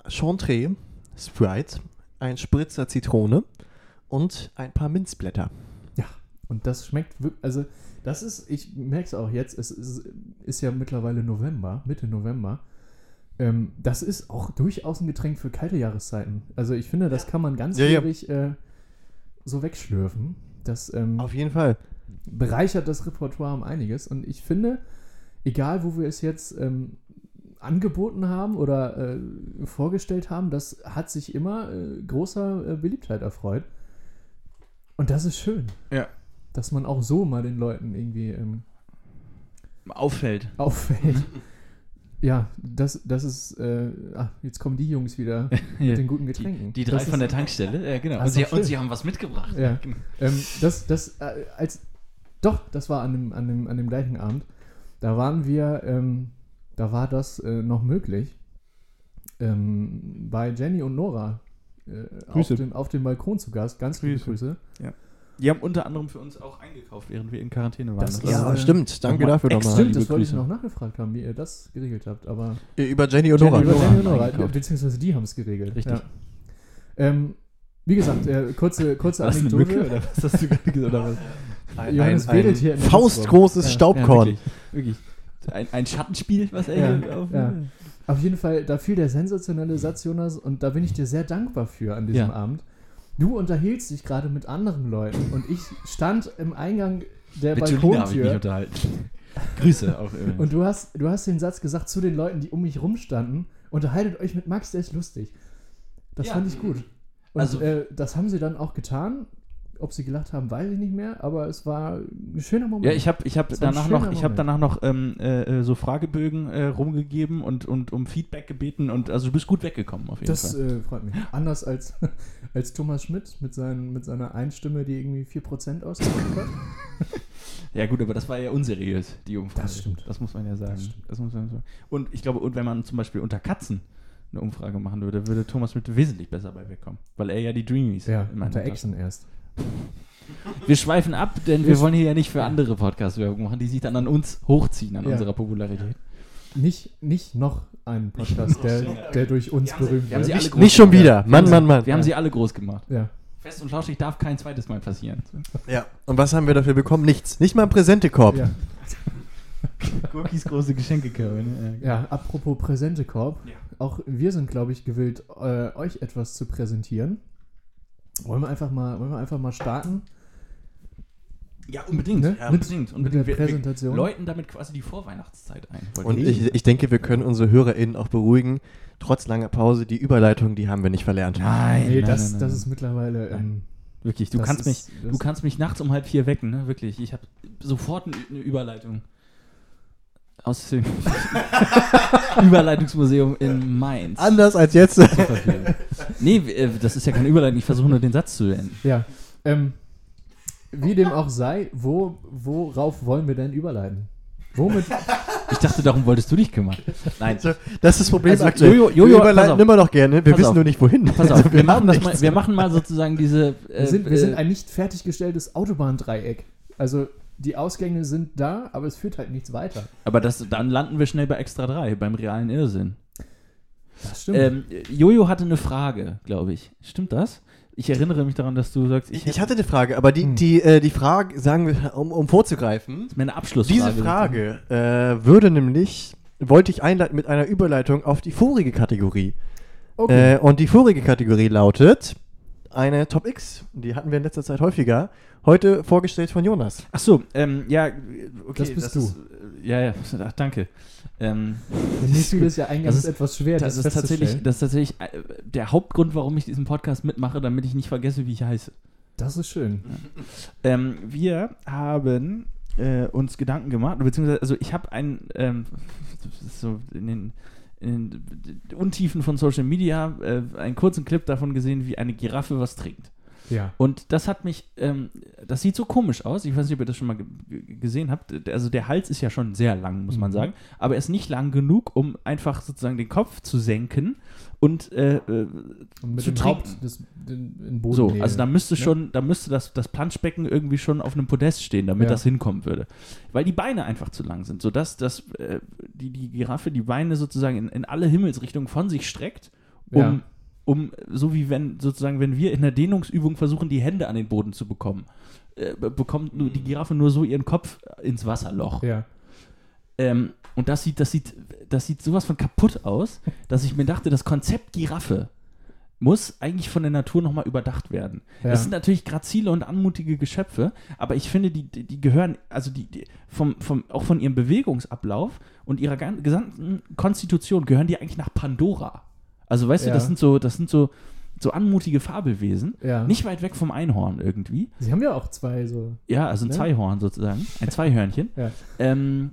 C: Chantre, Sprite, ein Spritzer Zitrone und ein paar Minzblätter.
B: Und das schmeckt wirklich, also das ist, ich merke es auch jetzt, es ist, ist ja mittlerweile November, Mitte November. Ähm, das ist auch durchaus ein Getränk für kalte Jahreszeiten. Also ich finde, das kann man ganz
C: Ja, ja.
B: schwierig Äh, so wegschlürfen. Das ähm,
C: Auf jeden Fall.
B: bereichert das Repertoire um einiges. Und ich finde, egal wo wir es jetzt ähm, angeboten haben oder äh, vorgestellt haben, das hat sich immer äh, großer äh, Beliebtheit erfreut. Und das ist schön.
A: Ja.
B: Dass man auch so mal den Leuten irgendwie ähm, [laughs]
A: Auffällt.
B: auffällt. ja, das, das ist. Äh, ah, jetzt kommen die
D: [laughs]
B: Jungs wieder mit den guten Getränken.
D: Die, die drei
B: das
D: von
B: ist-
D: der
B: [laughs]
D: Tankstelle, ja, genau.
B: Ah,
D: Und sie,
B: ist doch
D: und sie
B: schön.
D: haben was mitgebracht.
B: Ja. Ähm, das, das, äh, als, doch, das war an dem, an dem, an dem gleichen Abend. Da waren wir, ähm, da war das äh, noch möglich. Ähm, bei Jenny und Nora äh, auf,
E: Grüße.
B: dem, auf dem Balkon zu Gast. Ganz liebe
A: Grüße.
B: Grüße.
A: Die haben unter anderem für uns auch eingekauft, während wir in Quarantäne waren.
B: Das
A: war
B: ist-
A: so-
B: Ja,
C: stimmt. Danke
A: nochmal
C: dafür
A: extra-
C: nochmal.
B: Stimmt,
A: Ah, liebe
B: das wollte ich
A: Grüße.
B: noch nachgefragt haben, wie ihr das geregelt habt. Aber
C: Über Jenny und Nora.
B: Jenny, über
A: Nora
B: Jenny und
A: haben
B: Nora,
A: eingekauft.
B: beziehungsweise die haben es geregelt.
D: Richtig.
B: Ja. Ähm, wie gesagt, äh, kurze, kurze
A: war das eine Mücke
B: Anekdote.
A: oder was hast du gerade
B: [laughs]
A: gesagt? Oder was?
B: Johannes wedelt hier in der
C: faustgroßes
B: Ja, ja,
C: Staubkorn.
A: Wirklich. Ein, ein Schattenspiel, was er
B: Ja,
A: hier auf.
B: ja. Auf jeden Fall, da fiel der sensationelle Satz, Jonas, und da bin ich dir sehr dankbar für an diesem
A: Ja.
B: Abend. Du unterhielst dich gerade mit anderen Leuten und ich stand im Eingang der
D: Bettina habe ich mich
B: Balkontür
D: unterhalten. Grüße auch immer.
B: und du hast, du hast den Satz gesagt zu den Leuten, die um mich rumstanden, unterhaltet euch mit Max, der ist lustig. Das
D: Ja.
B: fand ich gut. Und
D: Also-
B: äh, das haben sie dann auch getan. Ob sie gelacht haben, weiß ich nicht mehr, aber es war ein schöner Moment.
A: Ja, ich habe ich hab
B: Das war ein
A: danach,
B: schöner
A: noch- ich hab
B: Moment.
A: danach noch ähm, äh, äh, so Fragebögen äh, rumgegeben und, und um Feedback gebeten und also du bist gut weggekommen auf jeden
B: Das
A: Fall.
B: äh, freut mich. Anders als, [laughs] als Thomas Schmidt mit, seinen, mit seiner Einstimme, die irgendwie 4% ausgemacht hat.
A: Ja gut, aber das war ja unseriös, die Umfrage.
B: Das stimmt.
A: Das muss man ja sagen.
B: Das
A: Das
B: stimmt.
A: muss man sagen. Und ich glaube, und wenn man zum Beispiel unter Katzen eine Umfrage machen würde, würde Thomas mit wesentlich besser bei wegkommen, weil er ja die Dreamies
B: Ja,
A: in meinen
B: unter
A: Hand hat.
B: Echsen erst.
D: Wir schweifen ab, denn wir wollen hier ja nicht für andere Podcast-Werbung machen, die sich dann an uns hochziehen, an
B: Ja.
D: unserer Popularität.
B: Nicht, nicht noch einen
D: [laughs]
B: Podcast, der, der durch uns berühmt
D: wir haben sie
B: wird.
D: alle groß
C: Nicht schon
D: gemacht.
C: wieder. Mann, Mann, Mann.
D: Wir haben sie alle groß gemacht.
B: Ja.
D: Fest und flauschig darf kein zweites Mal passieren.
C: Ja. Und was haben wir dafür bekommen? Nichts. Nicht mal ein Präsentekorb.
B: Ja.
A: Gurkis große Geschenkekörbe. Ne?
B: ja, genau. apropos Präsentekorb. Auch wir sind, glaube ich, gewillt, äh, euch etwas zu präsentieren. Wollen wir einfach mal, wollen wir einfach mal starten
A: Ja, unbedingt.
B: Ne?
A: Ja,
B: Mit-
A: unbedingt.
B: mit
A: unbedingt.
B: der
A: Wir- wir
B: Präsentation?
A: läuten damit quasi die Vorweihnachtszeit ein. wollte
C: Und ich, ich denke, wir können unsere HörerInnen auch beruhigen. Trotz langer Pause, die Überleitung, die haben wir nicht verlernt.
A: Nein,
B: Nee,
A: nein,
B: das,
A: nein,
B: das
A: nein.
B: ist mittlerweile. Ähm,
A: Wirklich, du
B: das
A: kannst
B: ist-
A: mich,
B: das-
A: du kannst mich nachts um halb vier wecken, ne? Wirklich, ich habe sofort eine eine Überleitung aus dem [laughs] Überleitungsmuseum in Mainz.
C: Anders als jetzt. [laughs]
A: zu verführen. nee, äh, das ist ja keine Überleitung. Ich versuche nur den Satz zu enden.
B: Ja. Ähm, wie dem auch sei, wo, worauf wollen wir denn überleiten? Womit?
A: Ich dachte, darum wolltest du dich kümmern. Nein,
C: Das ist das Problem
A: Also,
C: aktuell.
A: Jojo- Jojo, pass
C: wir
A: auf.
C: überleiten immer noch gerne. Wir
A: Pass
C: wissen
A: auf.
C: nur nicht, wohin.
A: pass auf.
C: Also,
A: Wir,
C: haben
A: machen das
C: nichts.
A: mal. Wir machen mal sozusagen diese. Äh,
B: Wir sind, wir sind
A: äh,
B: ein nicht fertiggestelltes Autobahndreieck. Also die Ausgänge sind da, aber es führt halt nichts weiter.
A: aber das, dann landen wir schnell bei Extra 3, beim realen Irrsinn.
B: Das stimmt.
A: Ähm, Jojo hatte eine Frage, glaube ich. Stimmt das? Ich erinnere mich daran, dass du sagst, ich,
C: Ich, ich hatte eine Frage, aber die,
A: Hm.
C: die, äh, die Frage, sagen wir, um, um vorzugreifen,
A: meine Abschlussfrage.
C: diese Frage äh, würde nämlich, wollte ich einleiten mit einer Überleitung auf die vorige Kategorie.
B: okay.
C: Äh, und die vorige Kategorie lautet eine Top X. Die hatten wir in letzter Zeit häufiger. Heute vorgestellt von Jonas.
A: Ach so, ähm, ja, okay.
B: Das bist
A: Ist, äh, ja, [laughs] ja, ach, danke. Ähm,
B: Mir [laughs] fiel es ja eingangs
A: das ist-
B: etwas schwer,
A: das, ist tatsächlich, das ist tatsächlich äh, der Hauptgrund, warum ich diesen Podcast mitmache, damit ich nicht vergesse, wie ich heiße.
B: Das ist schön.
A: Ähm, wir haben äh, uns Gedanken gemacht, beziehungsweise, also ich habe einen, ähm, [laughs] das ist so in den, in den Untiefen von Social Media, äh, einen kurzen Clip davon gesehen, wie eine Giraffe was trinkt.
B: Ja.
A: Und das hat mich, ähm, das sieht so komisch aus. Ich weiß nicht, ob ihr das schon mal ge ge- gesehen habt. Also der Hals ist ja schon sehr lang, muss man
B: Mhm.
A: sagen. Aber er ist nicht lang genug, um einfach sozusagen den Kopf zu senken und äh, äh,
B: Und mit
A: Zu
B: dem
A: trinken.
B: Haupt des, den, in Boden
A: so.
B: legen.
A: Also da müsste
B: ne?
A: schon, da müsste das, das Planschbecken irgendwie schon auf einem Podest stehen, damit
B: Ja.
A: das hinkommen würde. Weil die Beine einfach zu lang sind, sodass das, äh, die, die Giraffe die Beine sozusagen in, in alle Himmelsrichtungen von sich streckt, um,
B: Ja.
A: um so wie wenn sozusagen, wenn wir in der Dehnungsübung versuchen, die Hände an den Boden zu bekommen, äh, be- bekommt nur, die Giraffe nur so ihren Kopf ins Wasserloch.
B: Ja.
A: Ähm, und das sieht, das sieht, das sieht sowas von kaputt aus, dass ich mir dachte, das Konzept Giraffe muss eigentlich von der Natur nochmal überdacht werden.
B: Ja.
A: Das sind natürlich grazile und anmutige Geschöpfe, aber ich finde, die, die, die gehören, also die, die vom, vom, auch von ihrem Bewegungsablauf und ihrer gan- gesamten Konstitution gehören die eigentlich nach Pandora. Also weißt
B: Ja.
A: du, das sind so, das sind so, so anmutige Fabelwesen.
B: ja.
A: Nicht weit weg vom Einhorn irgendwie.
B: Sie haben ja auch zwei so.
A: Ja, also ein
B: Ne?
A: Zweihorn sozusagen. Ein Zweihörnchen.
B: Ja.
A: Ähm,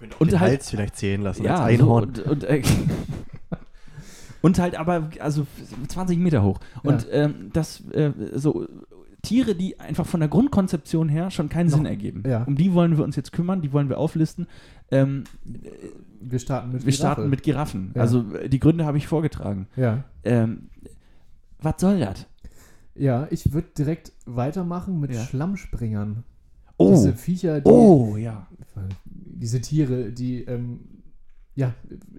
C: Und
A: Und
C: den
A: halt-
C: Hals vielleicht zählen lassen
A: ja,
C: als Einhorn.
A: So, und, und, äh, [laughs] und halt aber, also 20 Meter hoch. Und ähm, das, äh, so Tiere, die einfach von der Grundkonzeption her schon keinen
B: Noch-
A: Sinn ergeben.
B: ja.
A: Um die wollen wir uns jetzt kümmern, die wollen wir auflisten. Ähm,
B: Wir starten mit
A: wir
B: Giraffe.
A: starten mit Giraffen.
B: Ja.
A: Also äh, die Gründe habe ich vorgetragen.
B: Ja.
A: Ähm, was soll das?
B: Ja, ich würde direkt weitermachen mit
A: Ja.
B: Schlammspringern.
A: Oh.
B: Diese Viecher, die,
A: Oh, ja.
B: diese Tiere, die ähm, ja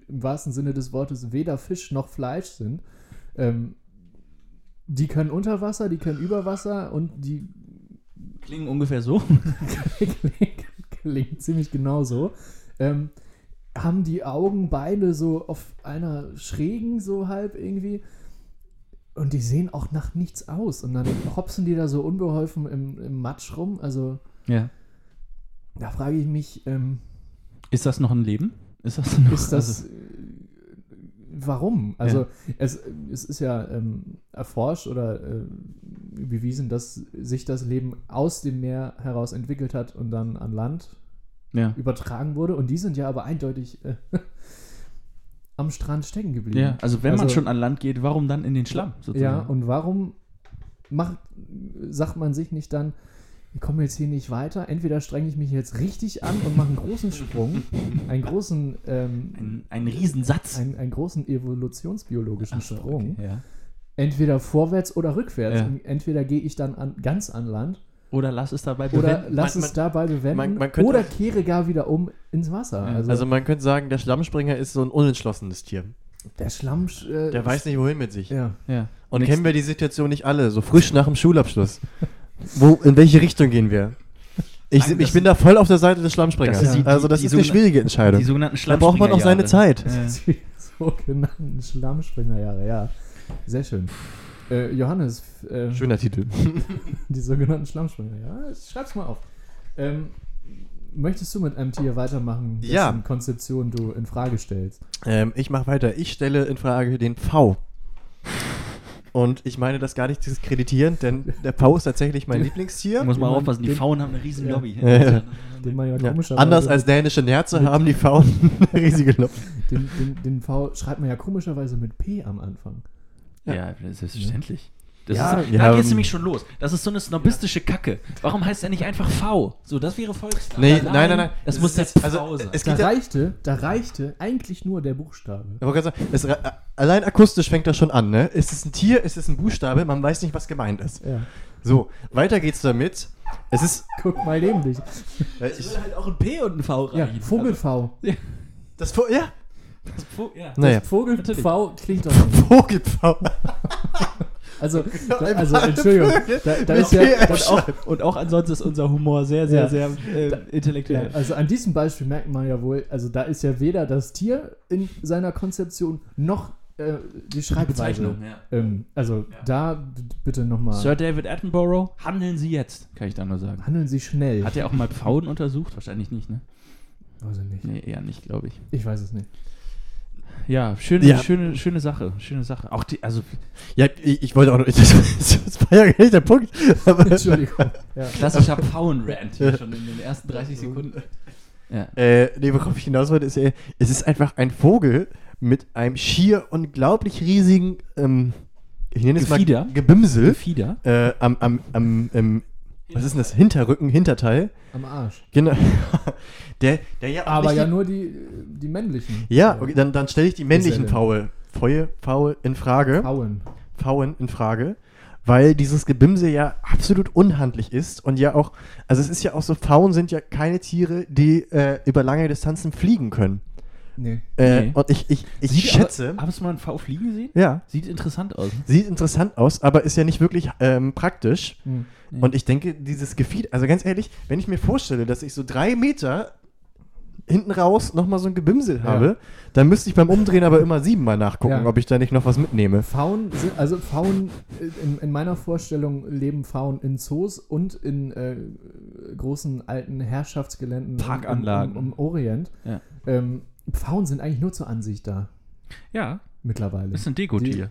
B: im wahrsten Sinne des Wortes weder Fisch noch Fleisch sind. Ähm, die können unter Wasser, die können über Wasser und die
A: Klingen ungefähr so.
B: [laughs] klingt ziemlich genau so. Ähm, haben die Augen beide so auf einer schrägen, so halb irgendwie. Und die sehen auch nach nichts aus. Und dann hopsen die da so unbeholfen im, im Matsch rum. Also
A: Ja.
B: da frage ich mich, ähm,
A: Ist das noch ein Leben? Ist das noch also,
B: ist das. äh, Warum? Also es, es ist ja ähm, erforscht oder äh, bewiesen, dass sich das Leben aus dem Meer heraus entwickelt hat und dann an Land
A: ja.
B: übertragen wurde. Und die sind ja aber eindeutig äh, [laughs] am Strand stecken geblieben.
A: ja, also wenn man
B: Also-
A: schon an Land geht, warum dann in den Schlamm? Sozusagen?
B: Ja, und warum macht, sagt man sich nicht dann, wir kommen jetzt hier nicht weiter, entweder strenge ich mich jetzt richtig an und mache einen großen Sprung, einen großen, ähm,
A: ein, ein Riesensatz.
B: einen, einen großen evolutionsbiologischen
A: Ach so,
B: Sprung,
A: okay, ja.
B: entweder vorwärts oder rückwärts.
A: Ja.
B: Und Entweder gehe ich dann an, ganz an Land
A: Oder lass es dabei
B: oder
A: bewenden.
B: lass
C: man-
B: es dabei bewenden
C: man- man könnte
B: oder
C: auch-
B: kehre gar wieder um ins Wasser.
A: Ja,
B: Also,
C: Also man könnte sagen, der Schlammspringer ist so ein unentschlossenes Tier.
B: der Schlamm... Äh,
C: Der weiß nicht, wohin mit sich.
B: Ja.
A: Ja.
C: Und
A: Nix-
C: kennen wir die Situation nicht alle, so frisch nach dem Schulabschluss. [laughs] Wo, in welche Richtung gehen wir? Ich,
A: Nein,
C: ich
A: das-
C: bin da voll auf der Seite des Schlammspringers.
A: Das ist die-
C: also das
A: die-
C: ist
A: die
C: eine
A: sogenan-
C: schwierige
A: Die
C: Entscheidung.
A: sogenannten
C: Da braucht man auch seine
A: Schlammspringerjahre.
B: [laughs]
C: Zeit.
B: Die sogenannten Schlammspringerjahre, ja. Sehr schön. Äh, Johannes, f- äh,
C: Schöner Titel.
B: [laughs] die sogenannten Schlammspringerjahre. Ja, Schreib's mal auf. Ähm, möchtest du mit einem Tier weitermachen, dessen
C: Ja.
B: Konzeption du in Frage stellst?
C: Ähm, ich mache weiter. Ich stelle in Frage den V. Und ich meine das gar nicht diskreditierend, denn der V ist tatsächlich mein
A: Ja.
C: Lieblingstier.
A: Muss man
B: Den-
A: aufpassen, die
B: den-
A: Pfauen haben eine riesen
B: Ja.
A: Lobby.
C: Ja.
B: Den man ja,
C: Ja.
B: komischerweise.
C: Anders als dänische Nerze haben die V [laughs] eine riesige Lobby.
B: Den, den, den V schreibt man ja komischerweise mit P am Anfang.
A: Ja, das ist selbstverständlich. Das
C: Ja,
A: ist,
C: ja,
A: da
C: ähm,
A: geht's nämlich schon los. Das ist so eine snobistische Kacke. Warum heißt er nicht einfach V? So, das wäre Volksname.
C: Nee, nein, nein, nein.
A: Das
C: Es
A: muss der
C: ist-
A: V
C: also,
A: sein.
C: Es
B: Da
C: geht ja,
B: reichte, da reichte eigentlich nur der Buchstabe.
C: Ich wollte gerade sagen, es, re- allein akustisch fängt das schon an, ne? Ist es ein Tier, ist es ein Buchstabe, man weiß nicht, was gemeint ist.
B: Ja.
C: So, weiter geht's damit. Es ist.
B: Guck mal neben dich.
C: Äh,
A: Es
C: ich,
A: würde halt auch ein P und ein V
B: Ja,
C: also.
A: reichen.
B: Vogel V.
C: das Vo ja, [laughs]
A: Also, Vo- ja.
C: naja.
B: Vogel
A: Natürlich.
B: V klingt doch nicht.
C: Vogelpfau. [laughs]
B: Also, da,
C: Ein
B: also
C: paar
B: Entschuldigung,
C: Vögel
B: da, da
C: mit
B: ist ja,
C: PF.
B: da,
A: Und auch, und auch ansonsten ist unser Humor sehr, sehr,
B: Ja.
A: sehr
B: Da-
A: äh,
B: ja,
A: intellektuell.
B: also an diesem Beispiel merkt man ja wohl, also da ist ja weder das Tier in seiner Konzeption noch äh, die Schreibweise.
A: Bezeichnung, ja.
B: Ähm, also
A: Ja.
B: da b- bitte nochmal.
A: Sir David Attenborough, handeln Sie jetzt, kann ich da nur sagen.
B: Handeln Sie schnell.
A: Hat er auch mal Pfauen untersucht? Wahrscheinlich nicht, ne?
B: also nicht.
A: Nee, eher nicht, glaube ich.
B: Ich
A: [laughs]
B: weiß es nicht.
A: Ja, schöne,
C: Ja.
A: schöne, schöne Sache, schöne Sache. Auch die, also
C: Ja, ich, ich wollte auch noch. [laughs] Das, war ja gar nicht der Punkt. Aber,
B: Entschuldigung. Ja.
C: [laughs]
A: klassischer Pfauenrand hier schon in den ersten 30 Sekunden. Ja.
C: äh, nee, worauf ich hinaus wollte, ist, äh, es ist einfach ein Vogel mit einem schier unglaublich riesigen ähm, ich nenne es mal
A: Gefieder?
C: Gebimsel,
A: Gefieder.
C: äh, am, am, am, ähm, was ist denn das? Hinterrücken, Hinterteil.
B: Am Arsch.
C: Genau. [laughs] Der, der ja auch
B: Aber
C: nicht
B: ja
C: die-
B: nur die, die männlichen. Äh,
C: Ja, okay, dann, dann stelle ich die männlichen
B: Geselle.
C: Faul, Faul, Faul in Frage.
B: Frauen.
C: Pfauen in Frage, weil dieses Gebimse ja absolut unhandlich ist und ja auch, also es ist ja auch so, Pfauen sind ja keine Tiere, die äh, über lange Distanzen fliegen können.
B: Nee.
C: Äh,
A: Nee.
C: Und ich, ich, ich
A: Sieht
C: schätze,
A: Aber, hast du mal einen V fliegen gesehen?
C: ja,
A: Sieht interessant aus.
C: sieht interessant aus, aber ist ja nicht wirklich ähm, praktisch.
B: Hm.
A: Nee.
C: Und ich denke, dieses Gefieder, also ganz ehrlich, wenn ich mir vorstelle, dass ich so drei Meter hinten raus nochmal so ein Gebimsel habe, dann müsste ich beim Umdrehen aber immer siebenmal nachgucken,
B: Ja.
C: ob ich da nicht noch was mitnehme.
B: Pfauen sind, also Pfauen, äh, in, in meiner Vorstellung leben Pfauen in Zoos und in äh, großen alten Herrschaftsgeländen im-
A: Parkanlagen.
B: im, im, im Orient.
A: Ja.
B: Ähm, Pfauen sind eigentlich nur zur Ansicht da,
H: Ja,
B: mittlerweile. äh,
H: ist ein Dekotier.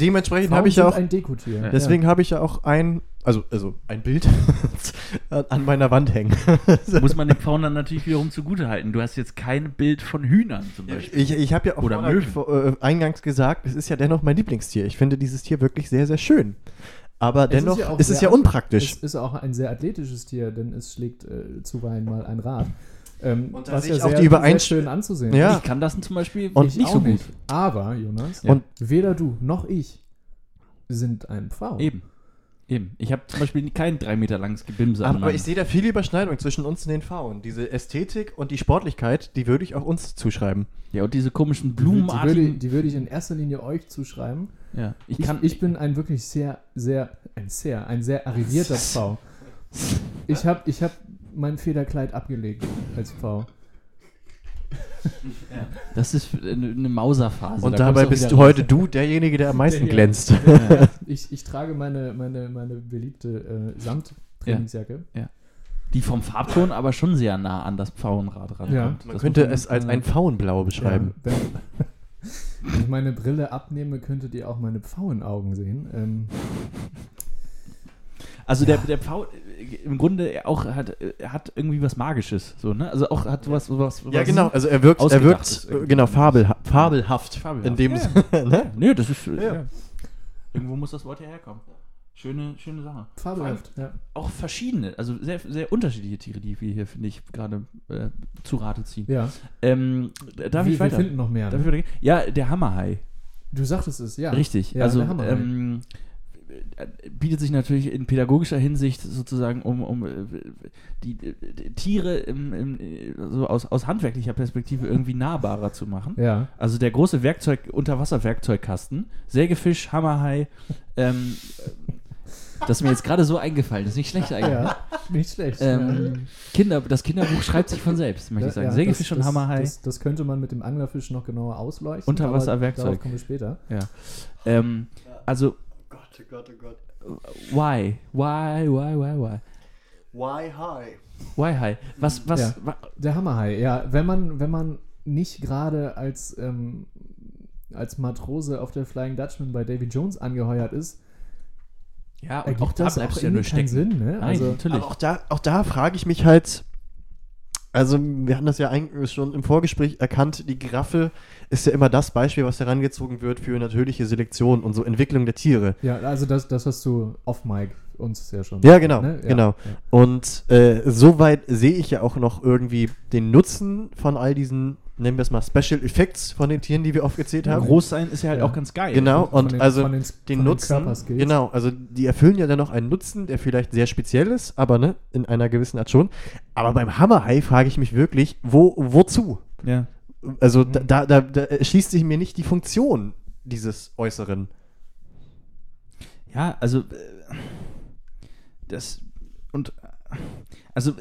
C: Dementsprechend
B: Pfauen
C: habe ich
B: sind
C: ja auch
B: ein Dekotier.
C: Deswegen habe ich ja auch ein, also, also ein Bild [laughs] an meiner Wand hängen.
I: Muss man den Pfauen dann natürlich wiederum zugutehalten. Du hast jetzt kein Bild von Hühnern zum Beispiel.
C: Ich, ich habe ja auch
I: Oder
C: vorher-
I: Möwen.
C: vor- äh, eingangs gesagt, es ist ja dennoch mein Lieblingstier. Ich finde dieses Tier wirklich sehr, sehr schön. Aber
B: Es ist
C: dennoch
B: ja auch
C: ist es
B: sehr
C: ja
B: athletisch.
C: unpraktisch.
B: Es ist auch ein sehr athletisches Tier, denn es schlägt äh, zuweilen mal ein Rad. Ähm,
C: Und da sehe ich auch die
B: sehr
C: Übereinst-
B: schön anzusehen
C: Ja.
B: ist.
A: Ich kann das zum Beispiel
C: Und
B: Ich
A: nicht
B: auch
A: so gut.
B: Aber, Jonas,
C: Und-
B: weder du noch ich sind ein Pfau.
A: Eben. Eben. Ich habe zum Beispiel kein drei Meter langes Gebimse an
C: aber
A: meinem-
C: ich sehe da viele Überschneidungen zwischen uns und den Pfauen. Diese Ästhetik und die Sportlichkeit, die würde ich auch uns zuschreiben.
A: Ja, und diese komischen
B: Die würde,
A: Blumenartigen.
B: die würde ich in erster Linie euch zuschreiben.
A: ja. ich,
B: Ich,
A: kann,
B: ich bin ein wirklich sehr, sehr, ein sehr, ein
A: [laughs]
B: sehr arrivierter Pfau. Ich habe ich hab mein Federkleid abgelegt als
A: [laughs]
B: Pfau.
A: Das ist eine, eine ne Mauserphase.
C: und
A: Also da kommst
C: dabei
A: auch
C: bist
A: wieder
C: du
A: raus.
C: heute du derjenige, der am meisten
B: Der-
C: glänzt.
B: Ich, ich trage meine, meine, meine beliebte äh, Samt-Trainingsjacke.
A: Die vom Farbton aber schon sehr nah an das Pfauenrad rankommt.
B: Ja.
C: Man
A: Das
C: könnte
A: muss
C: es als
A: äh,
C: ein Pfauenblau beschreiben.
B: Ja, wenn, [laughs] wenn ich meine Brille abnehme, könntet ihr auch meine Pfauenaugen sehen. Ähm,
A: Also der, der Pfau äh, im Grunde auch hat, äh, hat irgendwie was Magisches. So, ne? Also auch hat was. was, was
C: Ja, genau. Also er wirkt, er
A: ausgedacht
C: wirkt
A: ist
C: äh,
A: irgendwie.
C: genau, fabelha fabelhaft.
A: Fabelhaft.
C: In dem
A: Ja.
C: Sinne, ne?
A: Nö, das ist. äh,
C: Ja.
A: Ja. Irgendwo muss das Wort ja herkommen. Schöne, schöne Sache.
B: fabelhaft, ja.
A: Auch verschiedene, also sehr, sehr unterschiedliche Tiere, die wir hier, finde ich, gerade äh, zu Rate ziehen.
B: ja.
A: Ähm, darf
B: wir,
A: ich weiter?
B: Wir finden noch mehr. ne?
A: Darf ich weitergehen? Ja, der Hammerhai.
B: Du sagtest es, ja.
A: Richtig.
B: Ja,
A: also
B: der ne? Hammerhai.
A: ähm, äh, bietet sich natürlich in pädagogischer Hinsicht sozusagen um, um äh, die, äh, die Tiere im, im, äh, so aus, aus handwerklicher Perspektive irgendwie nahbarer zu machen.
B: Ja.
A: Also der große Werkzeug, Unterwasserwerkzeugkasten, Sägefisch, Hammerhai, ähm, äh, das ist mir jetzt gerade so eingefallen, ist nicht schlecht eigentlich.
B: ja. Nicht schlecht. ja.
A: Ähm, Kinder, das Kinderbuch schreibt sich von selbst, möchte ich
B: Da-
A: sagen.
B: ja,
A: Sägefisch
B: das-
A: und
B: das-
A: Hammerhai.
B: Das, das könnte man mit dem Anglerfisch noch genauer ausleuchten.
A: Unterwasserwerkzeug.
B: aber Darauf kommen wir später.
A: Ähm, also,
C: Gott, Gott, Gott.
A: why? Why, why, why, why?
C: Why high?
A: Why high? Was, was,
B: Hm, Ja.
A: wa-
B: Der Hammerhai, ja. Wenn man, wenn man nicht gerade als, ähm, als Matrose auf der Flying Dutchman bei Davy Jones angeheuert ist,
A: Ja, und
B: ergibt
A: auch da
B: das auch
A: bleibst du ja
B: irgendwie
A: nur
B: keinen
A: stecken.
B: Sinn. Ne?
A: Nein,
B: also,
A: natürlich.
C: Aber auch da, auch da frage ich mich halt, also wir hatten das ja eigentlich schon im Vorgespräch erkannt, die Giraffe ist ja immer das Beispiel, was herangezogen wird für natürliche Selektion und so Entwicklung der Tiere.
B: ja, also das, das hast du off Mike uns ja schon.
C: Ja, genau,
B: Ne? Ja,
C: genau.
B: ja.
C: Und äh, soweit sehe ich ja auch noch irgendwie den Nutzen von all diesen, nehmen wir es mal, Special Effects von den Tieren, die wir aufgezählt haben.
A: Groß sein ist ja halt
B: Ja.
A: auch ganz geil.
C: Genau,
B: Von
C: und
B: den-
C: also
B: von den-
C: den,
B: von den
C: Nutzen.
B: Körperskills.
C: genau, also die erfüllen ja dann noch einen Nutzen, der vielleicht sehr speziell ist, aber ne, in einer gewissen Art schon. Aber beim Hammerhai frage ich mich wirklich, wo, wozu?
A: Ja.
C: Also
A: Mhm.
C: da, da, da, da erschließt sich mir nicht die Funktion dieses Äußeren.
A: ja, also äh, das und äh, also äh,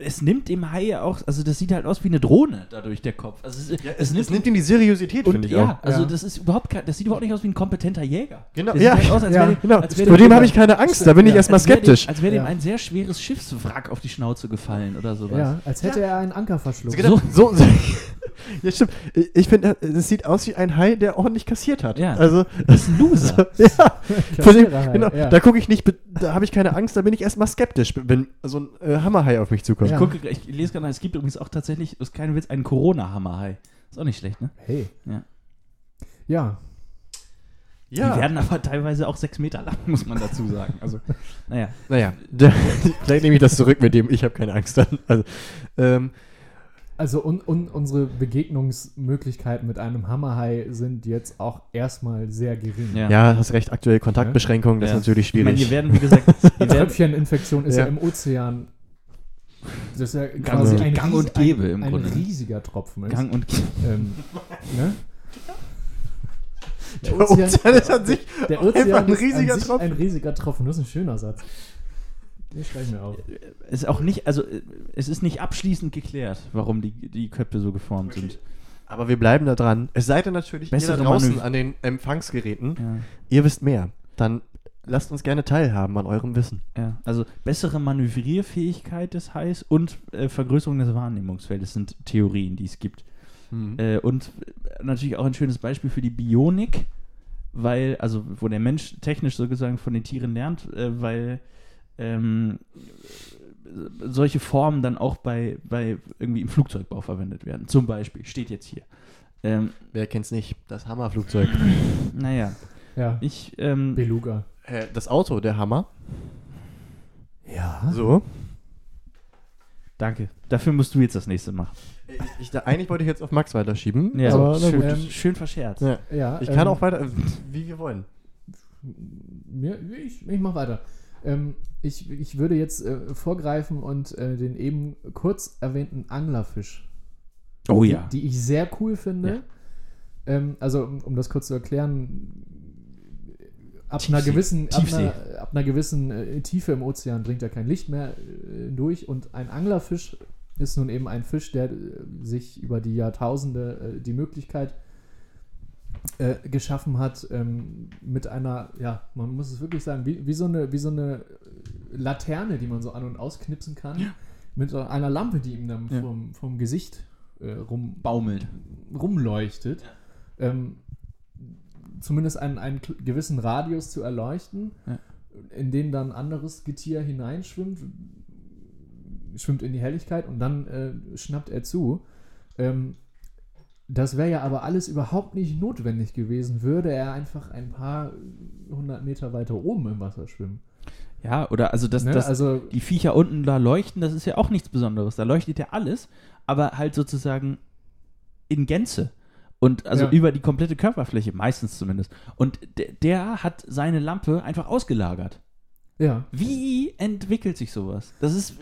A: es nimmt dem Hai ja auch, also das sieht halt aus wie eine Drohne dadurch der Kopf. Also es,
C: Es, nimmt, es nimmt ihm die Seriosität,
A: und
C: finde ich
A: ja,
C: auch.
A: also
B: Ja.
A: das ist überhaupt kein, das sieht überhaupt nicht aus wie ein kompetenter Jäger.
C: Genau,
A: das
C: ja.
A: sieht halt aus, als
B: Ja,
A: wäre dem-
C: Genau,
A: als wäre
C: vor
A: dem
C: dem
A: jemand-
C: habe ich keine Angst, da bin ich erstmal
A: als wäre dem-
C: skeptisch.
A: Als wäre dem
B: Ja.
A: ein sehr schweres Schiffswrack auf die Schnauze gefallen oder sowas.
B: Ja, als hätte er einen Anker verschluckt.
C: Genau, so, so. [laughs] Ja, stimmt. Ich finde, es sieht aus wie ein Hai, der ordentlich kassiert hat.
A: Ja.
C: Also, das ist ein
A: Loser.
C: [laughs] ja. Vor dem,
B: Kassierer halt,
C: genau,
B: ja.
C: Da gucke ich nicht, be- da habe ich keine Angst, da bin ich erstmal skeptisch, wenn so ein äh, Hammerhai auf mich zukommt.
B: Ja.
A: Ich gucke, ich lese gerade, es gibt übrigens auch tatsächlich, ist kein Witz, einen Corona-Hammerhai. Ist auch nicht schlecht, ne?
B: Hey.
A: Ja.
B: Ja.
C: Ja.
A: Die werden aber teilweise auch sechs Meter lang, muss man dazu sagen. Also, naja.
C: Naja, da- [laughs] vielleicht nehme ich das zurück mit dem, ich habe keine Angst dann. Also, ähm,
B: Also un, un, unsere Begegnungsmöglichkeiten mit einem Hammerhai sind jetzt auch erstmal sehr gering.
C: ja. hast recht, aktuell Kontaktbeschränkungen, das
A: Ja.
C: ist natürlich
A: Ich meine,
C: schwierig.
A: hier werden, wie gesagt, hier werden
B: Tröpfcheninfektion ist ja.
C: Ja.
B: im Ozean. Das ist ja
A: Gang
B: quasi
A: und-
B: ein,
A: Gang
B: Ries-
A: und Gäbe im
B: ein,
A: Grunde.
B: Ein riesiger Tropfen. Ist.
A: Gang und
B: Ähm, ne?
C: [laughs]
B: Der
C: Der
B: Ozean,
C: Ozean ist an sich
B: der
C: einfach
B: Ozean
C: ein
B: ist
C: riesiger
B: an sich
C: Tropfen.
B: Ein riesiger Tropfen, das ist ein schöner Satz. Den schreibe ich mir auf.
A: ist auch nicht, also äh, es ist nicht abschließend geklärt, warum die, die Köpfe so geformt sind.
C: Aber wir bleiben da dran. Es sei denn natürlich,
A: Bessere
C: ihr da draußen
A: Manöver-
C: an den Empfangsgeräten,
A: Ja.
C: ihr wisst mehr. Dann lasst uns gerne teilhaben an eurem Wissen.
A: Ja, also bessere Manövrierfähigkeit des Hais und äh, Vergrößerung des Wahrnehmungsfeldes sind Theorien, die es gibt. Äh, und natürlich auch ein schönes Beispiel für die Bionik, weil, also wo der Mensch technisch sozusagen von den Tieren lernt, äh, weil ähm, solche Formen dann auch bei, bei irgendwie im Flugzeugbau verwendet werden. Zum Beispiel, steht jetzt hier. Ähm,
C: Wer kennt's nicht? Das Hammerflugzeug.
A: naja,
B: Ja,
A: ich, ähm,
B: Beluga.
C: Äh, das Auto, der Hammer.
B: Ja.
C: So.
A: danke. Dafür musst du jetzt das nächste machen.
C: Ich, ich, da, eigentlich wollte ich jetzt auf Max weiterschieben.
A: Ja,
C: aber na
A: schön,
C: gut.
B: ähm,
A: schön verscherzt.
C: Ja.
B: Ja,
C: Ich
B: ähm,
C: kann auch weiter, äh, wie wir wollen.
B: Mir, ich, ich mach weiter. Ähm, ich, ich würde jetzt äh, vorgreifen und äh, den eben kurz erwähnten Anglerfisch,
A: Oh
B: die,
A: ja.
B: die ich sehr cool finde.
A: Ja.
B: Ähm, also, um, um das kurz zu erklären, ab einer
A: Tiefsee.
B: gewissen, ab
A: Tiefsee.
B: einer, ab einer gewissen äh, Tiefe im Ozean dringt ja kein Licht mehr äh, durch und ein Anglerfisch ist nun eben ein Fisch, der äh, sich über die Jahrtausende äh, die Möglichkeit äh, geschaffen hat, ähm, mit einer, ja, man muss es wirklich sagen, wie, wie, so eine, wie so eine Laterne, die man so an- und ausknipsen kann, mit so einer Lampe, die ihm dann
A: Ja.
B: vom, vom Gesicht äh, rum,
A: Baumelt.
B: rumleuchtet, ähm, zumindest einen, einen kl- gewissen Radius zu erleuchten,
A: Ja.
B: in den dann anderes Getier hineinschwimmt, schwimmt in die Helligkeit und dann äh, schnappt er zu. Ähm, das wäre ja aber alles überhaupt nicht notwendig gewesen, würde er einfach ein paar hundert Meter weiter oben im Wasser schwimmen.
A: Ja, oder also das,
B: Ne?
A: das
B: also
A: die Viecher unten da leuchten, das ist ja auch nichts Besonderes. Da leuchtet ja alles, aber halt sozusagen in Gänze. Und also
B: Ja.
A: über die komplette Körperfläche, meistens zumindest. Und der, der hat seine Lampe einfach ausgelagert.
B: ja,
A: Wie entwickelt sich sowas? Das ist,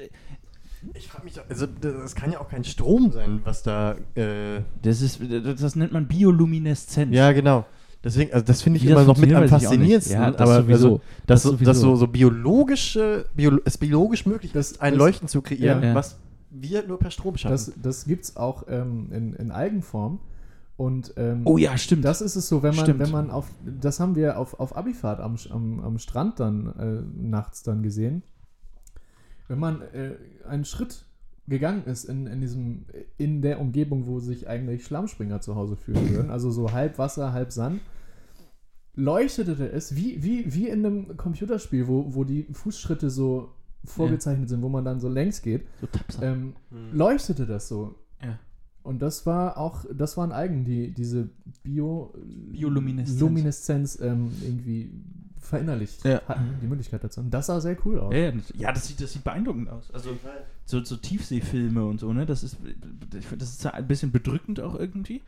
C: Ich frage mich, also das kann ja auch kein Strom sein, was da. Äh,
A: das ist, das nennt man Biolumineszenz.
C: ja, genau. Deswegen, also das finde ich
A: Wie das
C: immer noch mit am
A: funktioniert, weiß ich auch nicht.
C: faszinierendsten.
A: Ja, das
C: aber
A: sowieso.
C: Also, dass,
A: Das
C: so-
A: sowieso.
C: dass so, so biologische, bio, es biologisch möglich
B: Das-
C: ist, ein
B: das-
C: Leuchten zu kreieren,
A: Ja. Ja.
C: was wir nur per Strom schaffen.
B: das, das gibt es auch ähm, in, in Algenform. Und ähm,
A: Oh ja, stimmt.
B: Das ist es so, wenn man,
A: Stimmt.
B: wenn man auf, das haben wir auf, auf Abifahrt am, am, am Strand dann äh, nachts dann gesehen. Wenn man äh, einen Schritt gegangen ist in, in diesem, in der Umgebung, wo sich eigentlich Schlammspringer zu
A: [laughs]
B: Hause fühlen würden, also so halb Wasser, halb Sand, leuchtete es wie, wie, wie in einem Computerspiel, wo, wo die Fußschritte so vorgezeichnet sind, wo man dann so längs geht,
A: so
C: äh,
A: tapsam.
B: ähm,
C: Hm.
B: leuchtete das so.
A: Ja.
B: Und das war auch, das waren Eigen, die diese Bio
A: Biolumineszenz.
B: Lumineszenz, ähm, irgendwie verinnerlicht
A: Ja.
B: hatten, die Möglichkeit dazu. Und das sah sehr cool aus.
A: Ja, ja, das- ja das, sieht, das sieht beeindruckend aus. Also so, so Tiefseefilme und so, ne? Das ist, ich find, das ist ja ein bisschen bedrückend auch irgendwie.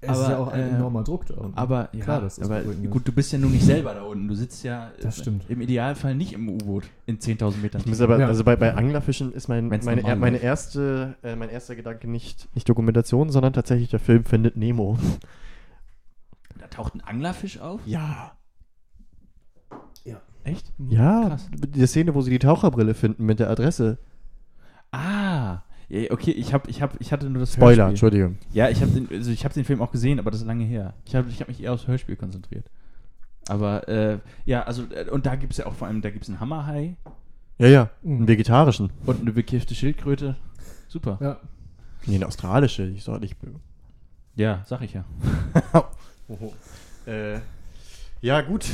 B: es ist
A: aber,
B: ja auch ein
A: äh,
B: enormer Druck da unten.
A: Aber ja,
B: Klar, das ist
A: aber
B: beruhigend.
A: gut, du bist ja nun nicht selber da unten. Du sitzt ja äh,
B: Das stimmt.
A: im Idealfall nicht im U-Boot in 10.000 Metern.
C: Ich muss aber,
B: Ja.
C: also bei, bei Anglerfischen ist mein,
A: Wenn's
C: meine,
A: normal
C: meine
A: läuft.
C: erste, äh, mein erster Gedanke nicht, nicht Dokumentation, sondern tatsächlich der Film Findet Nemo.
A: Da taucht ein Anglerfisch auf.
C: Ja.
A: Echt?
C: Ja,
A: Krass.
C: die Szene, wo sie die Taucherbrille finden mit der Adresse.
A: Ah. Ja, Okay, ich hab, ich hab, ich hatte nur das Hörspiel.
C: Spoiler, Entschuldigung.
A: Ja, ich habe den, also ich hab den Film auch gesehen, aber das ist lange her. Ich habe ich hab mich eher aufs Hörspiel konzentriert. Aber äh, ja, also äh, und da gibt es ja auch vor allem, da gibt es einen Hammerhai
C: Ja, ja,
B: Mhm.
C: einen vegetarischen.
A: und eine bekiffte Schildkröte. Super.
B: Ja.
C: Nee, eine australische, ich soll nicht.
A: Ja, sag ich ja.
C: Äh, ja, gut.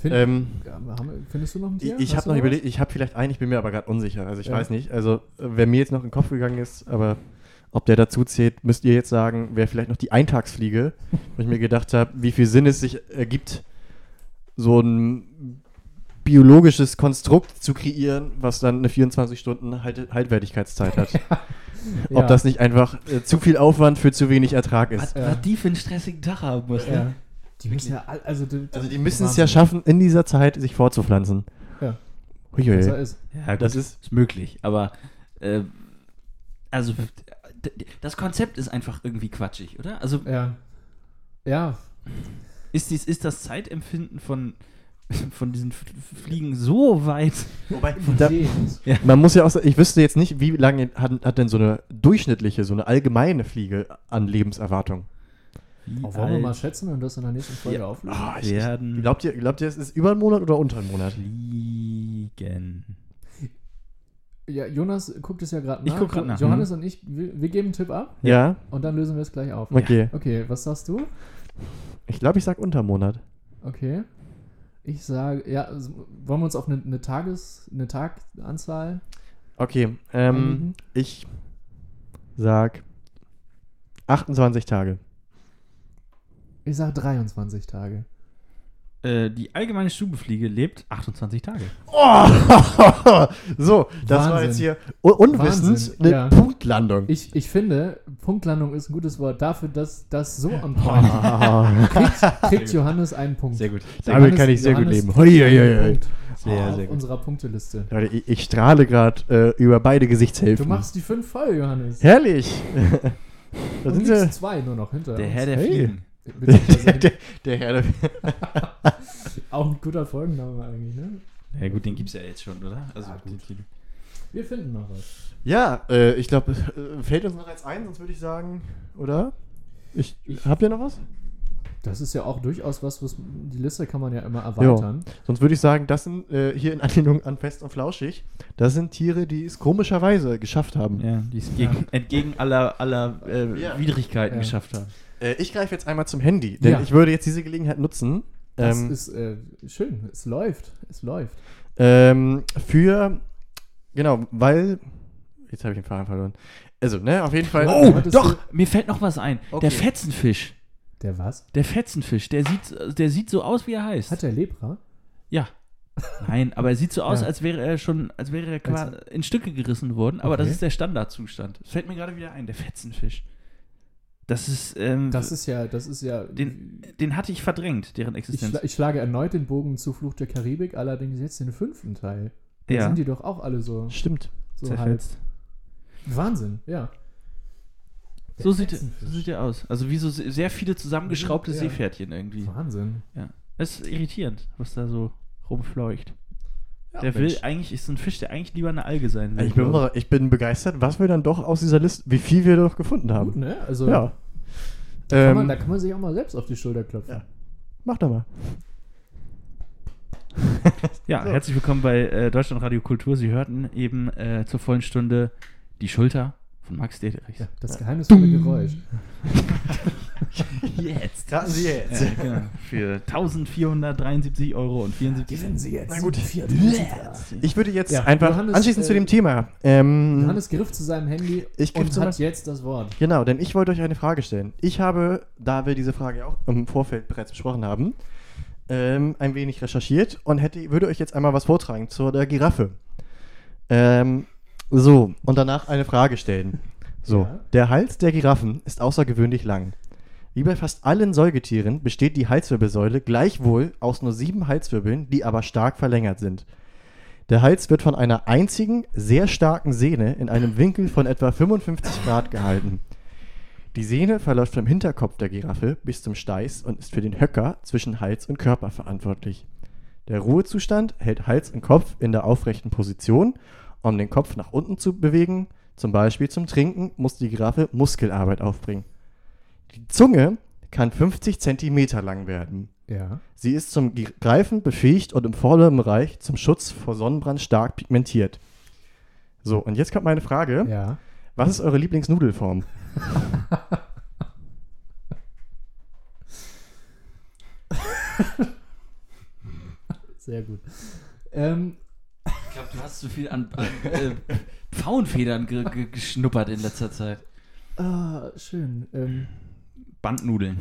B: Find,
C: Ähm,
B: ja, haben wir- findest du noch ein
C: Ich,
B: Tier?
C: ich
B: Hast
C: habe
B: du
C: noch
B: was?
C: überlegt, ich habe vielleicht einen, ich bin mir aber gerade unsicher. Also ich
B: Ja.
C: weiß nicht. Also äh, wer mir jetzt noch in den Kopf gegangen ist, aber ob der dazu zählt, müsst ihr jetzt sagen, wäre vielleicht noch die Eintagsfliege, wo ich mir gedacht habe, wie viel Sinn es sich ergibt, so ein biologisches Konstrukt zu kreieren, was dann eine
B: [laughs]
C: 24-Stunden-Haltwertigkeitszeit hat. Ob
B: Ja.
C: das nicht einfach äh, zu viel Aufwand für zu wenig Ertrag ist.
A: Was, was die für einen stressigen Tag haben muss, ne?
B: Ja. Die müssen ja, all- also, die,
C: Also die müssen es ja schaffen, in dieser Zeit sich fortzupflanzen.
B: Ja. Also,
C: Huiui.
B: Besser ist.
A: Ja,
C: Das
A: gut,
C: ist-
A: möglich, aber äh, also d- das Konzept ist einfach irgendwie quatschig, oder? Also
B: Ja. Ja,
A: ist, dies, ist das Zeitempfinden von, [laughs] von diesen F Fliegen so weit?
C: Wobei, da,
B: verdient.
C: man muss ja auch sagen, ich wüsste jetzt nicht, wie lange hat, hat denn so eine durchschnittliche, so eine allgemeine Fliege an Lebenserwartung?
A: Oh,
B: Auch wollen wir mal schätzen und das in der nächsten Folge auflösen?
C: Ah, ich, ich,
A: werden
C: glaubt, ihr, glaubt ihr, es ist über einen Monat oder unter einen Monat?
A: Fliegen.
B: Ja, Jonas guckt es ja gerade nach.
A: Ich guck grad nach. Mhm.
B: Johannes und ich, wir, wir geben einen Tipp ab
C: Ja?
B: und dann lösen wir es gleich auf.
C: Okay.
B: Okay, was sagst du?
C: Ich glaube, ich sag unter einen Monat.
B: Okay. Ich sage, ja, also, wollen wir uns auf eine, eine Tages-, eine Taganzahl
C: Okay, ähm,
B: einigen?
C: ich sag 28 Tage.
B: Ich sage 23 Tage.
A: Äh, die allgemeine Stubenfliege lebt 28 Tage.
C: Oh, [laughs] so, das war
B: Wahnsinn.
C: jetzt hier un unwissend
B: Wahnsinn,
C: eine
B: ja.
C: Punktlandung. [laughs]
B: Ich, ich finde, Punktlandung ist ein gutes Wort dafür, dass das so am
A: [laughs]
B: Point
C: Ah,
B: kriegt Johannes einen Punkt.
J: Sehr gut. Sehr
C: damit
B: Johannes-
C: kann ich sehr gut
B: Johannes-
C: leben. Hoi, hoi, hoi, hoi.
B: Punkt
J: Sehr,
B: auf
J: sehr gut.
B: unserer Punkteliste.
C: Leute, ich, ich strahle gerade äh, über beide
B: Du
C: Gesichtshälften.
B: machst die fünf voll, Johannes.
C: [laughs] Herrlich! da
B: Und
C: sind
B: liegst
C: sie. [laughs]
B: zwei nur noch hinter
A: Der
B: uns.
A: Herr der
C: Hey.
A: Fliegen.
C: der,
B: Beziehungsweise
A: [laughs]
C: der, der Herr der
B: Auch ein guter Folgenname eigentlich, ne?
A: Ja gut, den gibt's ja jetzt schon, oder? Also
B: Ah, gut.
A: die- die-
B: Wir finden noch was.
C: Ja, äh, ich glaube, äh, fällt uns noch jetzt ein, sonst würde ich sagen, oder? Ich, habt ihr noch was?
B: Das ist ja auch durchaus was, was die Liste kann man ja immer erweitern.
C: Sonst würde ich sagen, das sind äh, hier in Anlehnung an Fest und Flauschig, das sind Tiere, die es komischerweise geschafft haben.
A: Ja, die es gegen, entgegen aller, aller äh,
C: Ja.
A: Widrigkeiten
B: Ja.
A: geschafft haben.
C: Äh, ich greife jetzt einmal zum Handy, denn
B: Ja.
C: ich würde jetzt diese Gelegenheit nutzen
B: Das
C: ähm,
B: ist äh, schön. Es läuft. Es läuft.
C: ähm, für, genau, weil, jetzt habe ich den Faden verloren. Also, ne, auf jeden Fall.
A: Oh,
B: Hattest
A: doch, mir fällt noch was ein.
C: Okay.
A: Der Fetzenfisch.
B: Der was?
A: Der Fetzenfisch, der sieht, der sieht so aus, wie er heißt.
B: Hat der Lepra?
A: ja. Nein, aber er sieht so aus,
B: Ja.
A: als wäre er schon, als wäre er quasi in Stücke gerissen worden, aber das
B: Okay.
A: ist der Standardzustand. Das fällt mir gerade wieder ein, der Fetzenfisch. Das ist, ähm,
B: Das ist ja, das ist ja.
A: den, den hatte ich verdrängt, deren
B: ich,
A: Existenz.
B: schla ich schlage erneut den Bogen zu Fluch der Karibik, allerdings jetzt den fünften Teil. Da
A: Ja.
B: sind die doch auch alle so,
C: Stimmt.
B: so halt halb.
A: zerfetzt.
B: Wahnsinn, ja.
A: So sieht, er-
B: Fetzenfisch.
A: so sieht er aus. Also wie so se- sehr viele zusammengeschraubte
B: Ja.
A: Seepferdchen irgendwie.
B: Wahnsinn.
A: Ja. Es ist irritierend, was da so rumfleucht. der will
C: Mensch.
A: eigentlich, ist ein Fisch, der eigentlich lieber eine Alge sein will.
C: Ich bin,
A: glaub
C: immer- ich bin begeistert, was wir dann doch aus dieser Liste, wie viel wir doch gefunden
B: Gut,
C: haben.
B: ne? Also,
C: Ja.
B: kann
C: Ähm,
B: man, da kann man sich auch mal selbst auf die Schulter klopfen.
C: Ja. mach doch mal.
A: ich. Ja, herzlich willkommen bei äh, Deutschlandradio Kultur. Sie hörten eben äh, zur vollen Stunde die Schulter von Max Dederichs.
B: Ja, das geheimnisvolle Geräusch.
A: Jetzt.
C: Raten Sie jetzt.
A: Ja, genau. Für 1473 Euro und 74 Cent.
B: Sie jetzt.
C: Na gut.
B: Vier
C: Ich würde jetzt
B: Ja,
C: einfach
B: Johannes,
C: anschließend zu
B: äh,
C: dem Thema. Ähm,
B: Johannes griff zu seinem Handy
C: Ich griff
B: und
C: zu
B: hat
C: meinem-
B: jetzt das Wort.
C: Genau, denn ich wollte euch eine Frage stellen. Ich habe, da wir diese Frage auch im Vorfeld bereits besprochen haben, ähm, ein wenig recherchiert und hätte, würde euch jetzt einmal was vortragen zur der Giraffe. Ähm, so, und danach eine Frage stellen. So,
B: Ja.
C: der Hals der Giraffen ist außergewöhnlich lang. Wie bei fast allen Säugetieren besteht die Halswirbelsäule gleichwohl aus nur sieben Halswirbeln, die aber stark verlängert sind. Der Hals wird von einer einzigen, sehr starken Sehne in einem Winkel von etwa 55 Grad gehalten. Die Sehne verläuft vom Hinterkopf der Giraffe bis zum Steiß und ist für den Höcker zwischen Hals und Körper verantwortlich. Der Ruhezustand hält Hals und Kopf in der aufrechten Position, um den Kopf nach unten zu bewegen. Zum Beispiel zum Trinken muss die Giraffe Muskelarbeit aufbringen. Die Zunge kann 50 cm lang werden.
B: Ja.
C: Sie ist zum Ge- Greifen befähigt und im vorderen Bereich zum Schutz vor Sonnenbrand stark pigmentiert. So, und jetzt kommt meine Frage.
B: Ja.
C: Was ist eure Lieblingsnudelform?
B: Sehr gut. Ähm,
A: Ich glaube, du hast zu viel an, an äh, Pfauenfedern ge ge geschnuppert in letzter Zeit.
B: ah, schön. Ähm,
A: Bandnudeln.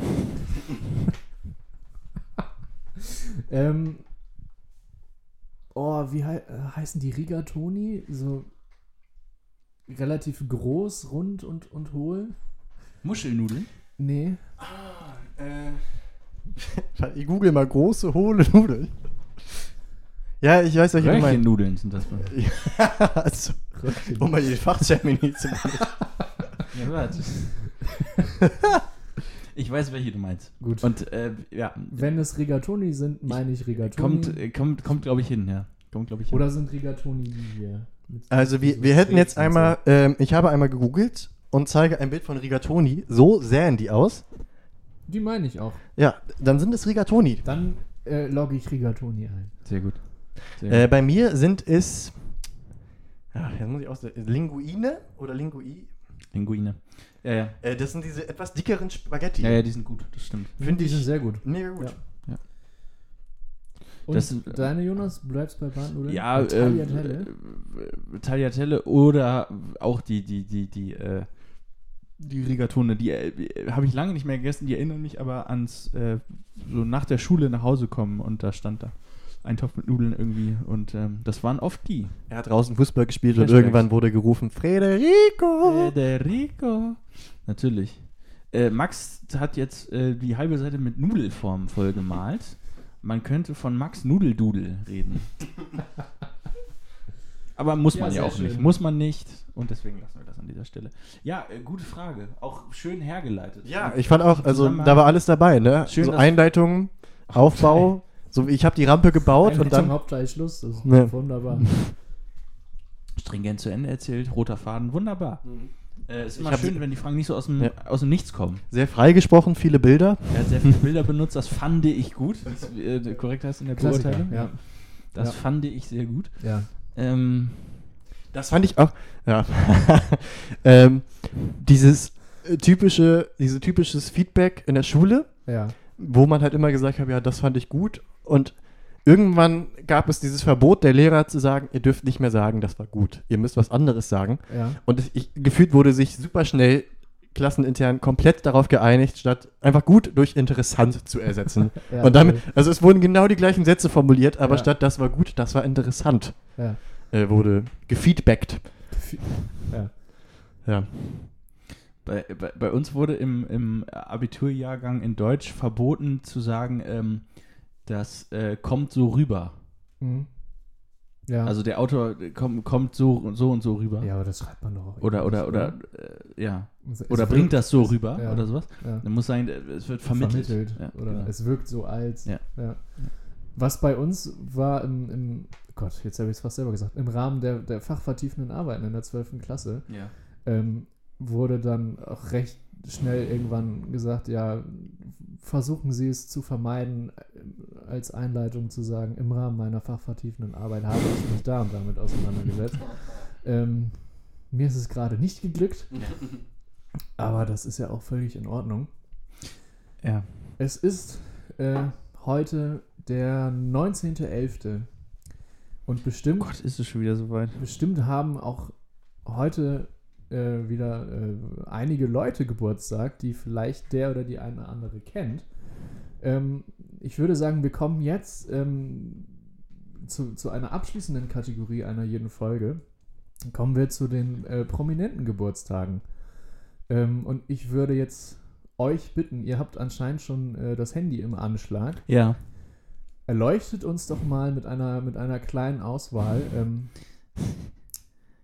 B: Ähm, oh, wie hei äh, heißen die Rigatoni? So relativ groß, rund und, und hohl?
A: Muschelnudeln?
B: Nee.
C: Ich google mal große, hohle Nudeln. Ja, ich weiß, welche du meinst.
A: Röhrchennudeln sind das. mal.
C: [laughs] also, um mal die Fachtermini zu machen.
A: Ja, warte. [laughs] ich weiß, welche du meinst.
B: Gut.
A: Und äh, ja,
B: Wenn es Rigatoni sind, meine ich Rigatoni.
A: kommt, äh, kommt, kommt glaube ich, hin, ja. Kommt, glaube ich, hin.
B: Oder sind Rigatoni hier? Mit-
C: Also wir,
B: so
C: wir hätten jetzt
B: Steaks und
C: einmal, ähm, ich habe einmal gegoogelt und zeige ein Bild von Rigatoni. So sähen die aus.
B: so. Die meine ich auch.
C: Ja, dann sind es Rigatoni.
B: Dann äh, logge ich Rigatoni ein.
A: Sehr gut. Sehr
C: Äh, bei mir sind es, ja, jetzt muss ich aus, Linguine oder Lingui.
A: gut. Pinguine. Ja, ja.
C: Äh, das sind diese etwas dickeren Spaghetti.
A: Ja, ja, die sind gut, das stimmt.
C: Finde
B: Die sind
C: ich
B: sehr gut.
C: mega gut.
B: Ja. Und
A: Das sind-
B: deine, Jonas, bleibst bei Bahnnudeln?
A: Ja,
B: Bei ne? Tagliatelle?
A: Äh, Tagliatelle oder auch die, die, die, die, äh, die Rigatone, die äh, habe ich lange nicht mehr gegessen, die erinnern mich aber ans äh, so nach der Schule nach Hause kommen und da stand da ein Topf mit Nudeln irgendwie und ähm, das waren oft die.
C: Er hat draußen Fußball gespielt und
A: Flashbacks.
C: irgendwann wurde gerufen, Frederico!
B: [laughs]
A: Federico. Äh, Natürlich. Äh, Max hat jetzt äh, die halbe Seite mit Nudelformen vollgemalt. Man könnte von Max Nudeldudel reden. Aber muss
B: Ja,
A: man ja
B: sehr
A: auch nicht.
B: schön.
A: Muss man nicht. Und deswegen lassen wir das an dieser Stelle. Ja, äh, gute Frage. Auch schön hergeleitet.
C: Ja, ich fand auch, also
A: Zusammenhang.
C: da war alles dabei, ne?
A: Schön,
C: so
A: dass-
C: Einleitung, Aufbau, so ich habe die Rampe gebaut
B: Einmal
C: und
B: zum
C: dann
B: Hauptteil Schluss. Das ist
A: [laughs]
C: Ne.
B: wunderbar.
A: Stringent zu Ende erzählt, roter Faden, wunderbar. Äh, ist immer
C: hab-
A: schön, wenn die Fragen nicht so aus dem,
C: Ja.
A: aus dem Nichts kommen.
C: sehr frei gesprochen, viele Bilder.
A: Er hat sehr viele Bilder benutzt, das fand ich gut. Das, äh, korrekt heißt in der
B: Klassiker,
A: Beurteilung.
B: ja.
A: Das
B: Ja.
A: fand ich sehr gut.
B: ja.
A: Ähm,
C: Das fand ich auch, ja. [laughs] ähm, dieses äh, typische, diese typisches Feedback in der Schule,
B: Ja.
C: wo man halt immer gesagt hat, ja, das fand ich gut und irgendwann gab es dieses Verbot der Lehrer zu sagen, ihr dürft nicht mehr sagen, das war gut. Ihr müsst was anderes sagen.
B: Ja.
C: Und es- ich, gefühlt wurde sich super schnell klassenintern komplett darauf geeinigt, statt einfach gut durch interessant
A: [laughs]
C: zu ersetzen.
B: Ja,
C: und damit,
B: voll.
C: also es wurden genau die gleichen Sätze formuliert, aber
B: Ja.
C: statt das war gut, das war interessant,
B: Ja.
C: äh, wurde gefeedbackt.
B: Ja.
C: Ja.
A: bei, bei, bei uns wurde im, im Abiturjahrgang in Deutsch verboten zu sagen, ähm, das äh, kommt so rüber.
B: Mhm. Ja.
A: Also der Autor äh, komm, kommt so und so und so rüber.
B: ja, aber das schreibt man doch auch.
A: Oder oder
B: irgendwie nicht,
A: oder äh, ja.
B: Es- es
A: Oder
B: wirkt-
A: bringt das so rüber
B: ja.
A: oder sowas.
B: ja.
A: Dann muss sein, äh, es wird vermittelt. Ja,
B: oder
A: genau.
B: es wirkt so als.
A: Ja.
B: Was bei uns war im, im Gott, jetzt habe ich es fast selber gesagt, im Rahmen der, der fachvertiefenden Arbeiten in der 12. Klasse
A: ja.
B: ähm, wurde dann auch recht schnell irgendwann gesagt, ja, versuchen Sie es zu vermeiden, äh, als Einleitung zu sagen, im Rahmen meiner fachvertiefenden Arbeit habe ich mich da und damit auseinandergesetzt. ähm, mir ist es gerade nicht geglückt, [laughs] aber das ist ja auch völlig in Ordnung.
A: ja.
B: Es ist äh, heute der 19.11. Und bestimmt,
A: Gott, ist es schon wieder soweit.
B: bestimmt haben auch heute äh, wieder äh, einige Leute Geburtstag, die vielleicht der oder die eine andere kennt. Ähm, ich würde sagen, wir kommen jetzt ähm, zu, zu einer abschließenden Kategorie einer jeden Folge. Kommen wir zu den äh, prominenten Geburtstagen. Ähm, und ich würde jetzt euch bitten, ihr habt anscheinend schon äh, das Handy im Anschlag.
A: Ja.
B: Erleuchtet uns doch mal mit einer, mit einer kleinen Auswahl. Ähm,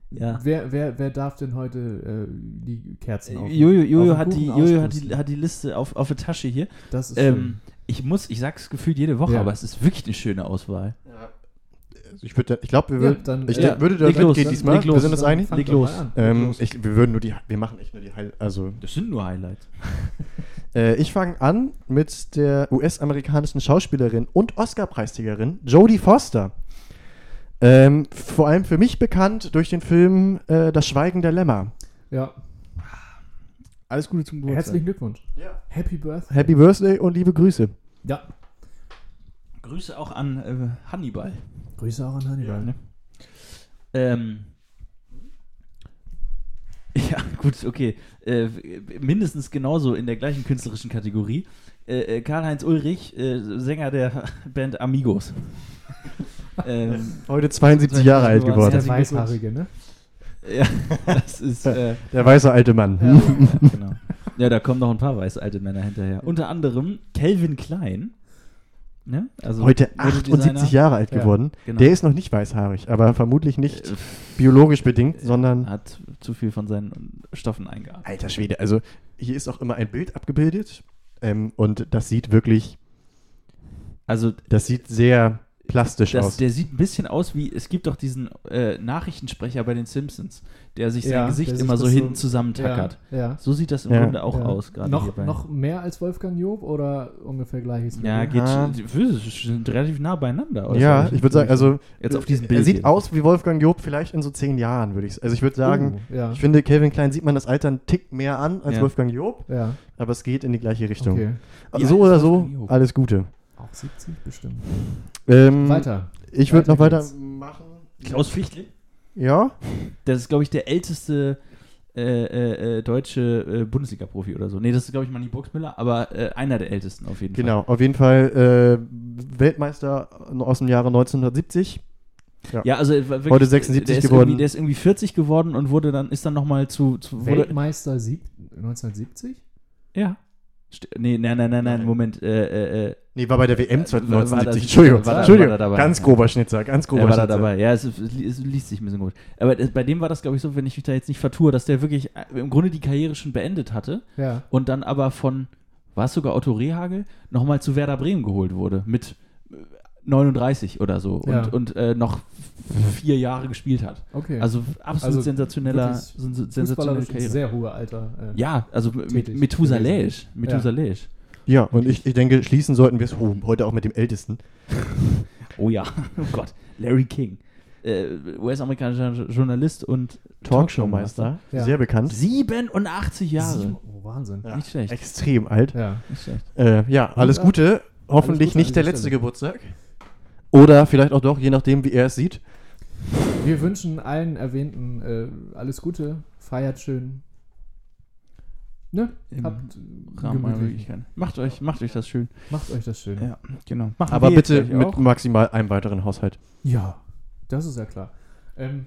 A: Ja. Äh,
B: wer, wer, wer darf denn heute äh, die Kerzen auf?
A: Jojo, Jojo,
B: auf den
A: hat, die,
B: Kuchen
A: Jojo hat,
B: auspusten?
A: die, hat die Liste auf, auf der Tasche hier.
B: Das ist
A: Ähm, ich muss, ich sag's gefühlt jede Woche,
B: Ja.
A: aber es ist wirklich eine schöne Auswahl.
C: Also Ich würde, ich glaube, wir
B: schön.
C: würden,
B: dann,
C: ich
B: äh,
A: ja,
C: würde da
A: leg los,
C: mitgehen
A: dann-
C: diesmal.
A: leg
C: Wir
A: los,
C: sind uns
B: dann
C: einig.
B: fangt
A: Leg
B: doch
A: los.
B: mal an.
C: Ähm, ich, wir würden nur die, wir machen echt nur die Heil, also
A: Das sind nur Highlights.
C: Äh, ich fange an mit der US-amerikanischen Schauspielerin und Oscar-Preisträgerin Jodie Foster. Ähm, vor allem für mich bekannt durch den Film äh, Das Schweigen der Lämmer.
B: Ja,
K: Alles Gute zum Geburtstag.
B: herzlichen Glückwunsch. Happy Birthday.
C: Happy Birthday und liebe Grüße.
B: Ja,
A: Grüße auch an äh, Hannibal.
B: Grüße auch an Hannibal.
A: Ne? Ähm, [laughs] ja, gut, okay. Äh, mindestens genauso in der gleichen künstlerischen Kategorie äh, Karl-Heinz Ulrich, äh, Sänger der [laughs] Band Amigos. ähm,
C: Heute 72 Jahre alt
A: Ja,
C: geworden.
B: der
A: die
B: Weißhaarige, ne?
A: ja, das ist. Äh,
C: Der weiße alte Mann.
A: ja, genau. ja, da kommen noch ein paar weiße alte Männer hinterher. Unter anderem Calvin Klein. Ne? Also
C: Heute
A: Modedesigner.
C: 78 Jahre alt
B: Ja,
C: geworden.
A: genau.
C: Der ist noch nicht weißhaarig, aber vermutlich nicht
A: Äh, ah.
C: biologisch bedingt, sondern.
A: Hat zu viel von seinen Stoffen eingeatmet.
C: Alter Schwede, also hier ist auch immer ein Bild abgebildet ähm, und das sieht wirklich,
A: Also
C: das sieht sehr plastisch
A: Das,
C: aus.
A: der sieht ein bisschen aus wie, es gibt doch diesen äh, Nachrichtensprecher bei den Simpsons, der sich
B: Ja,
A: sein Gesicht
B: der
A: immer
B: sich
A: so
B: das
A: hinten
B: so-
A: zusammentackert.
B: Ja. ja.
A: So sieht das im
C: Ja.
A: Grunde auch
B: ja.
A: aus gerade
B: noch,
A: hierbei.
B: noch mehr als Wolfgang Job oder ungefähr gleiches?
A: ja,
B: Niveau?
A: geht
C: Ja.
A: schon- physisch sind relativ nah beieinander.
C: ja,
A: äußerlich.
C: ich würde sagen, also
A: jetzt auf diesem
C: er
A: Bild.
C: sieht
A: hier.
C: aus wie Wolfgang Job vielleicht in so zehn Jahren, würde ich Also ich würde sagen,
B: Oh, ja.
C: ich finde, Calvin Klein sieht man das Alter einen Tick mehr an als
A: Hm. Ja.
C: Wolfgang Job,
B: ja,
C: aber es geht in die gleiche Richtung.
B: okay.
C: Aber
A: Wie
C: so
A: alt ist
C: oder so,
A: Wolfgang Job?
C: alles Gute.
B: Auch 70 bestimmt.
C: Hm. Ähm,
B: Weiter.
C: Ich würde noch
B: Weiter
C: weiter
B: geht's.
C: machen.
A: Klaus Fichtel.
C: Ja?
A: Das ist, glaube ich, der älteste äh, äh, äh, deutsche äh, Bundesliga-Profi oder so. Nee, das ist, glaube ich, mal nicht Burgsmüller, aber äh, einer der ältesten auf jeden
C: Genau, auf jeden Fall äh, Weltmeister aus dem Jahre 1970.
A: Fall. Ja, also äh, wirklich,
C: Heute 76
A: der ist
C: geworden.
A: irgendwie- Der ist irgendwie 40 geworden und wurde dann, ist dann nochmal zu, zu wurde,
B: Weltmeister sieb 1970?
A: Ja. St nee, nein, nein, nein, nein,
C: Nein.
A: Moment. Äh, äh, äh,
C: Nee, war bei der WM
A: war da-
C: 1970. Entschuldigung,
A: war da-
C: Entschuldigung.
A: war da dabei.
C: ganz grober Schnitzer, ganz grober
A: er war da
C: Schnitzer.
A: dabei. Ja, es, es, li- es liest sich ein bisschen gut. Aber äh, bei dem war das, glaube ich, so, wenn ich mich da jetzt nicht vertue, dass der wirklich äh, im Grunde die Karriere schon beendet hatte
B: Ja.
A: und dann aber von, war es sogar Otto Rehagel, nochmal zu Werder Bremen geholt wurde mit äh, 39 oder so
B: Ja.
A: und, und äh, noch vier Jahre gespielt hat.
B: Okay.
A: Also absolut
B: Also
A: sensationeller,
B: wirklich
A: sen- sensationelle
B: Fußballerisch ein
A: Karriere.
B: sehr hohe Alter. äh,
A: Ja, also
B: tätig
A: mit Methusaläisch. Methusaläisch.
C: Ja, und ich, ich denke, schließen sollten wir es oh, heute auch mit dem Ältesten.
A: Oh ja, oh Gott, Larry King. Äh, US-amerikanischer Jo- Journalist und
C: Talkshowmeister,
B: Ja.
C: sehr bekannt.
A: 87 Jahre.
B: Sieben, oh, Wahnsinn.
C: Ja,
A: Nicht schlecht.
C: Extrem alt.
B: Ja.
A: Nicht schlecht.
C: Äh, ja, alles
B: Ja.
C: Gute. Hoffentlich
B: Alles Gute an
C: nicht der
B: dieser
C: letzte
B: Stelle.
C: Geburtstag. Oder vielleicht auch doch, je nachdem, wie er es sieht.
B: Wir wünschen allen Erwähnten äh, alles Gute, feiert schön. Ne?
A: Im
B: Habt
A: Rahmen meiner
B: gemütlich.
A: Möglichkeiten. Macht euch, macht euch das schön.
B: Macht euch das schön.
A: Ja. Genau. Machen
C: Aber
A: wir
C: bitte
A: jetzt gleich
C: mit
A: auch.
C: maximal einem weiteren Haushalt.
B: Ja, das ist ja klar. Ähm,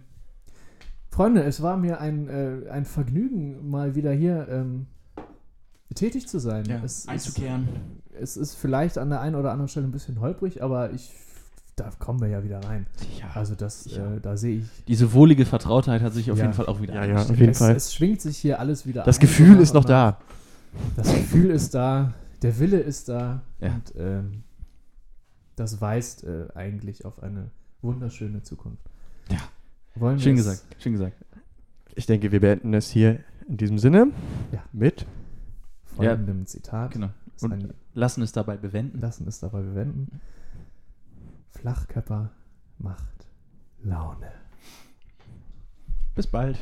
B: Freunde, es war mir ein, äh, ein Vergnügen, mal wieder hier ähm, tätig zu sein.
A: Ja,
B: es, es,
A: einzukehren.
B: es ist vielleicht an der einen oder anderen Stelle ein bisschen holprig, aber ich, da kommen wir ja wieder rein.
A: Ja.
B: Also das, äh, da sehe ich.
A: Diese wohlige Vertrautheit hat sich auf
B: Ja.
A: jeden Fall auch wieder
C: Ja, ja,
A: eingestellt.
C: auf jeden
B: es,
C: Fall.
B: es schwingt sich hier alles wieder
C: Das
B: ein,
C: Gefühl
B: so
C: ist noch
B: nach und nach.
C: da.
B: Das Gefühl ist da, der Wille ist da
A: Ja.
B: und ähm, das weist äh, eigentlich auf eine wunderschöne Zukunft.
A: Ja.
B: Wollen wir
A: Schön
B: es-
A: gesagt, schön gesagt.
C: Ich denke, wir beenden es hier in diesem Sinne
B: Ja.
C: mit
B: folgendem Zitat.
A: Genau.
B: Das
A: Und-
B: ein-
A: Lassen es dabei bewenden.
B: Lassen es dabei bewenden. Flachkörper macht Laune.
A: Bis bald.